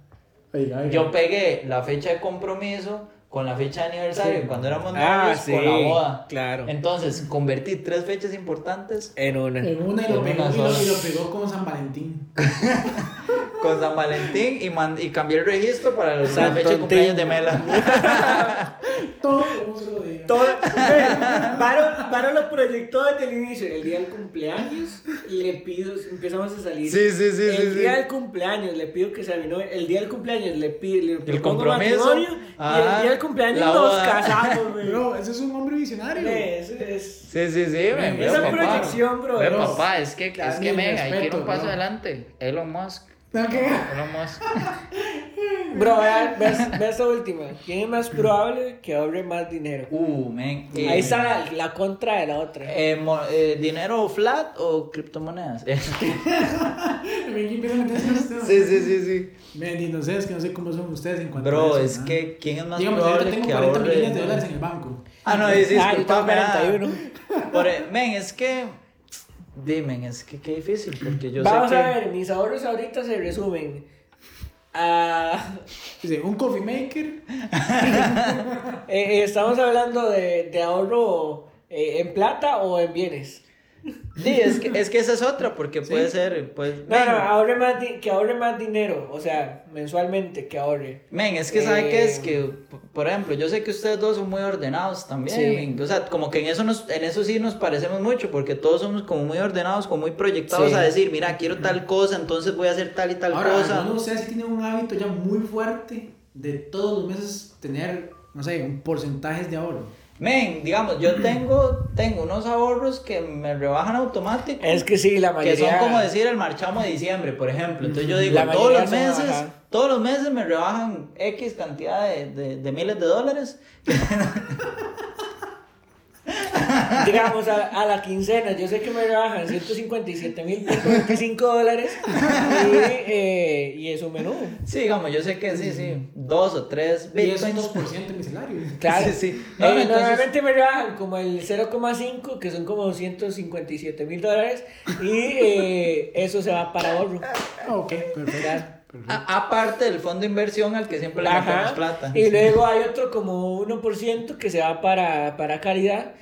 Speaker 3: Oiga, oiga.
Speaker 2: Yo pegué la fecha de compromiso con la fecha de aniversario
Speaker 3: Sí.
Speaker 2: cuando éramos
Speaker 1: Ah,
Speaker 2: novios
Speaker 1: sí,
Speaker 2: con la boda.
Speaker 1: claro.
Speaker 2: Entonces convertí tres fechas importantes
Speaker 1: En una.
Speaker 3: en una y lo
Speaker 2: En
Speaker 3: pegó
Speaker 2: una
Speaker 3: y lo,
Speaker 2: sola.
Speaker 3: y lo pegó con San Valentín.
Speaker 2: con San Valentín y, man- y cambié el registro para la fecha de cumpleaños de Mela.
Speaker 3: Todo un solo día.
Speaker 1: Todo, (laughs) Ven, Varo, Varo lo proyectó desde el inicio. El día del cumpleaños le pido, empezamos a salir.
Speaker 2: Sí, sí, sí, sí,
Speaker 1: El
Speaker 2: sí.
Speaker 1: día del cumpleaños le pido que sea mi novia. El día del cumpleaños le pido, le propongo
Speaker 2: compromiso.
Speaker 1: matrimonio. y
Speaker 2: Ah,
Speaker 1: el día del cumpleaños
Speaker 2: la
Speaker 1: nos
Speaker 2: boda.
Speaker 1: casamos, güey.
Speaker 3: Bro, ese es un hombre visionario.
Speaker 1: Es- es-
Speaker 2: Sí, sí, sí, me veo,
Speaker 1: Esa
Speaker 2: papá.
Speaker 1: proyección, bro.
Speaker 2: Ve,
Speaker 1: es-
Speaker 2: papá, es que, es
Speaker 3: Claro,
Speaker 2: que
Speaker 3: mi
Speaker 2: mega, hay
Speaker 3: respeto,
Speaker 2: que ir un paso
Speaker 3: bro.
Speaker 2: adelante. Elon Musk.
Speaker 3: ¿No qué?
Speaker 2: Elon Musk.
Speaker 1: Bro, vea, vea- vea esta última. ¿Quién es más probable que ahorre más dinero?
Speaker 2: Uh, men. eh,
Speaker 1: Ahí está la, la contra de la otra.
Speaker 2: eh, mo- eh, ¿Dinero flat o criptomonedas? (laughs) sí,
Speaker 3: (laughs) Me empieza a meter en esto.
Speaker 2: sí, sí, sí.
Speaker 3: Men, y no sé, es que no sé cómo son ustedes en cuanto
Speaker 2: Bro,
Speaker 3: a eso,
Speaker 2: es
Speaker 3: ¿no?
Speaker 2: que ¿quién es más
Speaker 3: Digamos, yo
Speaker 2: probable
Speaker 3: tengo
Speaker 2: que
Speaker 3: 40
Speaker 2: ahorre?
Speaker 3: millones de dólares en el banco.
Speaker 2: Ah, no,
Speaker 1: Ah, yo
Speaker 2: es
Speaker 1: tengo
Speaker 2: disculpame. ah.
Speaker 1: 41.
Speaker 2: Por, eh, men, es que. Dime, es que qué difícil, porque yo
Speaker 1: Vamos
Speaker 2: sé que.
Speaker 1: a ver, mis ahorros ahorita se resumen a...
Speaker 3: Dice, un coffee maker.
Speaker 1: eh, eh, estamos hablando de, de ahorro eh, en plata o en bienes.
Speaker 2: Sí, es que, es que esa es otra, porque puede ser. Pues,
Speaker 1: No,
Speaker 2: men,
Speaker 1: no, ahorre más di- que ahorre más dinero, o sea, mensualmente que ahorre.
Speaker 2: men, es que, ¿sabe qué es?
Speaker 1: Eh,
Speaker 2: Que, p- por ejemplo, yo sé que ustedes dos son muy ordenados también.
Speaker 1: Sí.
Speaker 2: men. O sea, como que en eso, nos, en eso sí nos parecemos mucho, porque todos somos como muy ordenados, como muy proyectados
Speaker 1: Sí.
Speaker 2: a decir, mira, quiero tal cosa, entonces voy a hacer tal y tal
Speaker 3: Ahora,
Speaker 2: cosa.
Speaker 3: algunos de ustedes sí tienen un hábito ya muy fuerte de todos los meses tener, no sé, un porcentaje de ahorro.
Speaker 2: Men, digamos, yo tengo, tengo unos ahorros que me rebajan automático.
Speaker 1: Es que sí, la mayoría...
Speaker 2: que son como decir el marchamo de diciembre, por ejemplo. Entonces yo digo,
Speaker 1: La
Speaker 2: todos
Speaker 1: mayoría
Speaker 2: los
Speaker 1: son,
Speaker 2: meses,
Speaker 1: ajá.
Speaker 2: todos los meses me rebajan X cantidad de, de- de miles de dólares.
Speaker 1: (laughs) Digamos, a, a la quincena, yo sé que me rebajan 157 mil 25 dólares y, eh, y es un menú.
Speaker 2: Sí, digamos, yo sé que sí, sí, dos o tres
Speaker 3: Y es un
Speaker 2: bitcoins.
Speaker 3: 2% de mi salario.
Speaker 1: Claro.
Speaker 2: Sí, sí.
Speaker 1: Eh,
Speaker 2: No, no, entonces-
Speaker 1: Normalmente me rebajan como el 0,5, que son como 257 mil dólares, y eh, eso se va para ahorro.
Speaker 3: Ok, perfecto.
Speaker 2: A- aparte del fondo de inversión al que siempre le metemos
Speaker 1: Ajá.
Speaker 2: plata.
Speaker 1: Y luego hay otro como 1% que se va para, para caridad,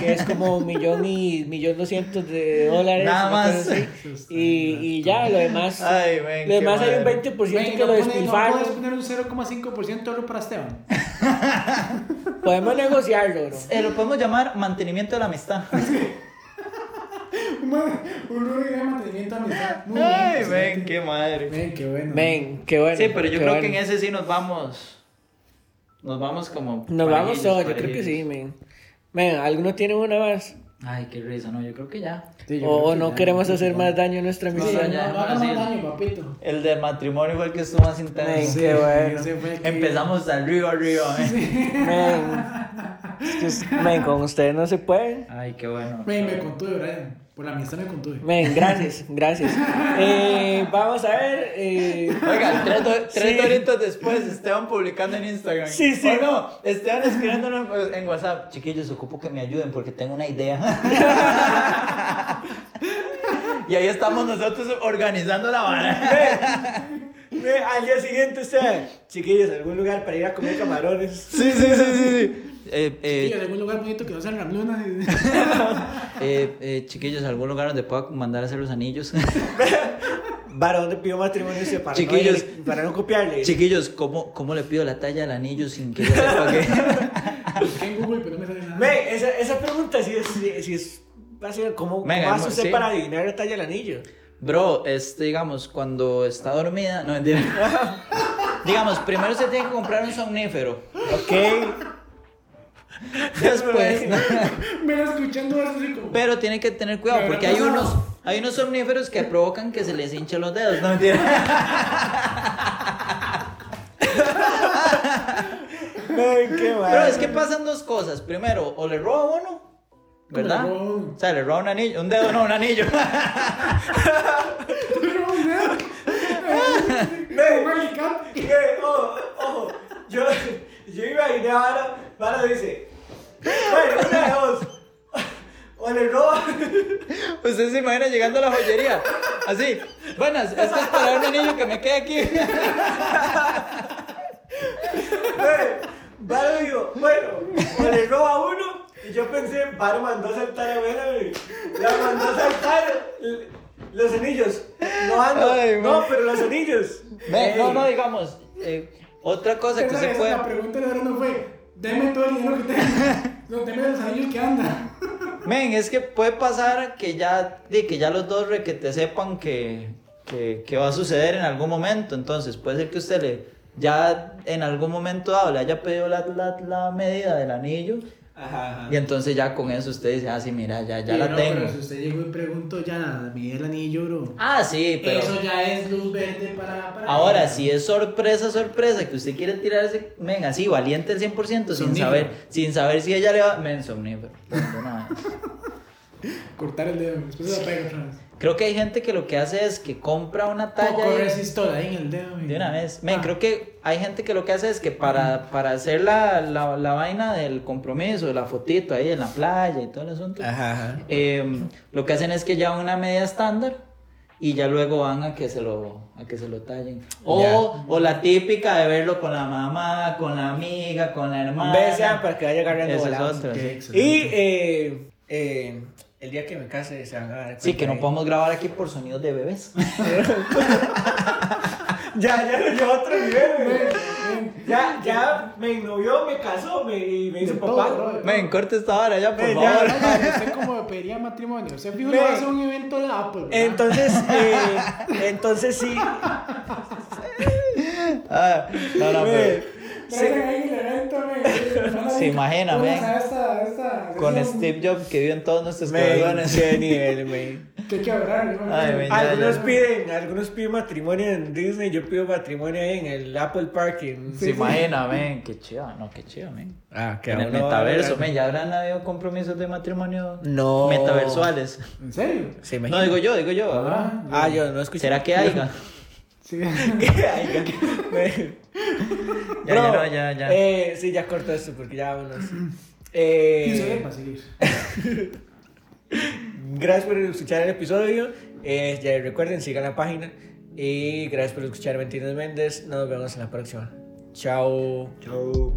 Speaker 1: que es como un millón y millón doscientos de dólares.
Speaker 2: Nada
Speaker 1: una cosa
Speaker 2: más.
Speaker 1: así. Y, y ya, lo demás.
Speaker 2: Ay, men,
Speaker 1: lo
Speaker 2: qué
Speaker 1: demás hay un
Speaker 2: madre.
Speaker 1: 20%
Speaker 3: Ven,
Speaker 1: que
Speaker 3: ¿no
Speaker 1: lo
Speaker 3: pone- ¿No
Speaker 1: despilfarro.
Speaker 3: puedes poner un 0,5% ahorro para Esteban?
Speaker 1: Podemos negociarlo, bro.
Speaker 2: Eh, lo podemos llamar mantenimiento de la amistad.
Speaker 3: un rubro de mantenimiento de amistad. (laughs) Muy
Speaker 2: Ay,
Speaker 3: bien,
Speaker 2: men,
Speaker 3: excelente.
Speaker 2: qué madre.
Speaker 3: Ven, qué bueno.
Speaker 1: Men, qué bueno.
Speaker 2: Sí, pero yo
Speaker 1: qué
Speaker 2: creo
Speaker 1: bueno.
Speaker 2: que en ese sí nos vamos. Nos vamos como.
Speaker 1: Nos vamos
Speaker 2: parejillos,
Speaker 1: todos, yo creo que sí,
Speaker 2: parejillos.
Speaker 1: men. Men, ¿alguno tiene una más?
Speaker 2: Ay, qué risa, no, yo creo que ya.
Speaker 3: Sí, yo
Speaker 1: o
Speaker 3: creo
Speaker 1: o
Speaker 3: que
Speaker 1: no
Speaker 3: ya.
Speaker 1: queremos hacer más daño a nuestra
Speaker 3: No, no,
Speaker 1: misión.
Speaker 3: no,
Speaker 2: ya,
Speaker 3: no hagas
Speaker 2: sí.
Speaker 3: más daño, papito.
Speaker 2: El del matrimonio fue el que estuvo más
Speaker 1: Men,
Speaker 2: intenso.
Speaker 1: qué bueno.
Speaker 3: Ese fue el que-
Speaker 2: Empezamos al río arriba. eh.
Speaker 1: Men, es que es- men, con ustedes no se puede.
Speaker 2: Ay, qué bueno.
Speaker 3: Men, me contuve, Brian. Por la amistad me contuve.
Speaker 1: Men, gracias, gracias. Eh, vamos a ver. eh,
Speaker 2: Oiga, tres, do- tres
Speaker 1: Sí.
Speaker 2: doritos después Esteban publicando en Instagram.
Speaker 1: Sí, sí.
Speaker 2: O no, Esteban escribiendo en- en WhatsApp. Chiquillos, ocupo que me ayuden porque tengo una idea.
Speaker 1: (laughs)
Speaker 2: y ahí estamos nosotros organizando la vara.
Speaker 1: men, al día siguiente, usted, chiquillos, algún lugar para ir a comer camarones.
Speaker 2: Sí, sí, sí, sí. sí. Eh,
Speaker 3: Sí,
Speaker 2: eh,
Speaker 3: en algún lugar bonito que no (laughs) sea en Rambluna.
Speaker 2: eh, eh, chiquillos, algún lugar donde pueda mandar a hacer los anillos. (laughs)
Speaker 1: Varón de pidió matrimonio y se para
Speaker 2: Chiquillos.
Speaker 1: No, para no copiarle.
Speaker 2: Chiquillos, ¿cómo, ¿cómo le pido la talla al anillo sin que yo sepa que-
Speaker 3: Busqué en Google, pero no me sale nada.
Speaker 1: Men, esa, esa pregunta sí es. Sí, sí es va a ser como. ¿Cómo
Speaker 2: Men,
Speaker 1: vas a
Speaker 2: hemos-
Speaker 1: usted
Speaker 2: sí.
Speaker 1: para adivinar la talla del anillo?
Speaker 2: (laughs) Bro, este, digamos, cuando está dormida. No, mentira. (laughs) digamos, primero se tiene que comprar un somnífero.
Speaker 1: Ok.
Speaker 3: (laughs)
Speaker 2: Después. ¿no?
Speaker 3: Me la escuchando eso así
Speaker 2: (laughs)
Speaker 3: como. (laughs)
Speaker 2: Pero tiene que tener cuidado porque hay unos, hay unos somníferos que provocan que se les hinchen los dedos. No,
Speaker 3: (laughs)
Speaker 2: mentira.
Speaker 1: Men, qué mal.
Speaker 2: Pero es que pasan dos cosas. Primero, o le roba uno, ¿verdad?
Speaker 3: le roba uno?
Speaker 2: O sea, le roba un anillo, un dedo, no, un anillo. (laughs)
Speaker 3: Como un alicate.
Speaker 1: Eh, ojo, ojo. Yo, yo imaginé a Vara, Vara dice, bueno, una de dos. O le roba.
Speaker 2: Usted se imagina llegando a la joyería. Así. Buenas, esto es para un anillo que me quede aquí.
Speaker 1: eh, Vara dijo, bueno, o le roba uno. Y yo pensé, Vara mandó a saltar a Vela, güey. La mandó a saltar. l- Los anillos. No ando.
Speaker 2: Ay,
Speaker 1: no, pero los anillos.
Speaker 2: Ve, no, no, digamos. eh, otra cosa que
Speaker 3: Esa-
Speaker 2: se
Speaker 3: esa-
Speaker 2: puede.
Speaker 3: La pregunta de ahora no fue, deme todo el dinero que
Speaker 2: (laughs)
Speaker 3: tengo. No, deme los anillos que andan.
Speaker 2: Men, es que puede pasar que ya, di, que ya los dos re que te sepan que, que, que va a suceder en algún momento. Entonces, puede ser que usted le, ya en algún momento dado le haya pedido la, la, la medida del anillo.
Speaker 1: Ajá,
Speaker 2: Y entonces ya con eso usted dice, ah, sí, mira, ya, ya
Speaker 3: Pero
Speaker 2: la
Speaker 3: Ah. no,
Speaker 2: tengo.
Speaker 3: Pero si usted llegó y preguntó ya, mide el anillo, bro.
Speaker 2: Ah, sí, pero
Speaker 3: Eso ya es luz verde para. para
Speaker 2: ahora si es sorpresa, sorpresa, que usted quiere tirarse, men, así, valiente al 100%, sin
Speaker 3: Somnífero.
Speaker 2: saber, sin saber si ella le va... Men, somnífero. punto, nada más.
Speaker 3: Cortar el dedo, después se la pega otra vez.
Speaker 2: Creo que hay gente que lo que hace es que compra una talla...
Speaker 3: Poco
Speaker 2: y-
Speaker 3: resistor ahí en el dedo.
Speaker 2: De una vez. Men, creo que hay gente que lo que hace es que para, para hacer la, la, la vaina del compromiso, la fotito ahí en la playa y todo el asunto,
Speaker 1: Ajá, ajá.
Speaker 2: eh, lo que hacen es que llevan una media estándar y ya luego van a que se lo, a que se lo tallen. O,
Speaker 1: Ya.
Speaker 2: o la típica de verlo con la mamá, con la amiga, con la hermana.
Speaker 1: Besan para que vaya agarrando
Speaker 2: Esa es
Speaker 1: volados.
Speaker 2: otra.
Speaker 3: Qué
Speaker 2: sí.
Speaker 3: excelente.
Speaker 1: Y eh, eh, el día que me case se van a dar cuenta
Speaker 2: Sí, que no
Speaker 1: ahí.
Speaker 2: podemos grabar aquí por sonidos de bebés.
Speaker 1: (laughs)
Speaker 2: (laughs)
Speaker 1: Ya, ya lo llevo a otro nivel, (laughs) güey. Ya, ya me novió, me casó me, y me hizo
Speaker 3: De
Speaker 1: papá.
Speaker 3: todo, bro.
Speaker 2: Men, corta esta hora ya, por
Speaker 1: Men, ya,
Speaker 2: favor.
Speaker 3: No, madre, usted como pediría matrimonio. Usted fijo,
Speaker 1: Ve.
Speaker 3: no va a hacer un evento de Apple. ¿verdad?
Speaker 1: Entonces, eh, entonces sí.
Speaker 2: (laughs) Ah, no, no, pero-
Speaker 3: Traigan ahí el evento, (laughs) men.
Speaker 2: Se imagina,
Speaker 3: Vamos
Speaker 2: men.
Speaker 3: a esta- esta
Speaker 2: Con este-
Speaker 3: sesión
Speaker 2: Steve Jobs que vio en todos nuestros
Speaker 1: Men,
Speaker 2: corazones.
Speaker 1: qué nivel, men.
Speaker 3: Que hay que hablar, ¿no?
Speaker 2: Ay, men, ya, ya.
Speaker 1: Algunos piden, algunos piden matrimonio en Disney, yo pido matrimonio ahí en el Apple Park. en-
Speaker 2: (laughs) Se imagina, men, qué chido, no, qué chido, men.
Speaker 1: Ah, que
Speaker 2: En el
Speaker 1: aún no va a
Speaker 2: metaverso,
Speaker 1: lograr.
Speaker 2: men, ya habrán habido compromisos de matrimonio
Speaker 1: No.
Speaker 2: metaversuales.
Speaker 3: ¿En serio?
Speaker 1: Se
Speaker 2: No,
Speaker 1: imagina.
Speaker 2: digo yo, digo yo, habrá.
Speaker 3: Ah,
Speaker 1: Ah, yo no escuché.
Speaker 2: ¿Será que
Speaker 1: (laughs)
Speaker 2: haya?
Speaker 3: sí. (laughs)
Speaker 2: (laughs)
Speaker 1: Men.
Speaker 2: Ya,
Speaker 1: Bro,
Speaker 2: ya, no, ya, ya.
Speaker 1: Eh, sí, ya corto esto porque ya vámonos. Eh,
Speaker 3: Y se ve para seguir.
Speaker 1: Gracias por escuchar el episodio. Eh, ya recuerden, sigan la página. Y gracias por escuchar Mentiras Méndez. Nos vemos en la próxima. Chao.
Speaker 2: Chau.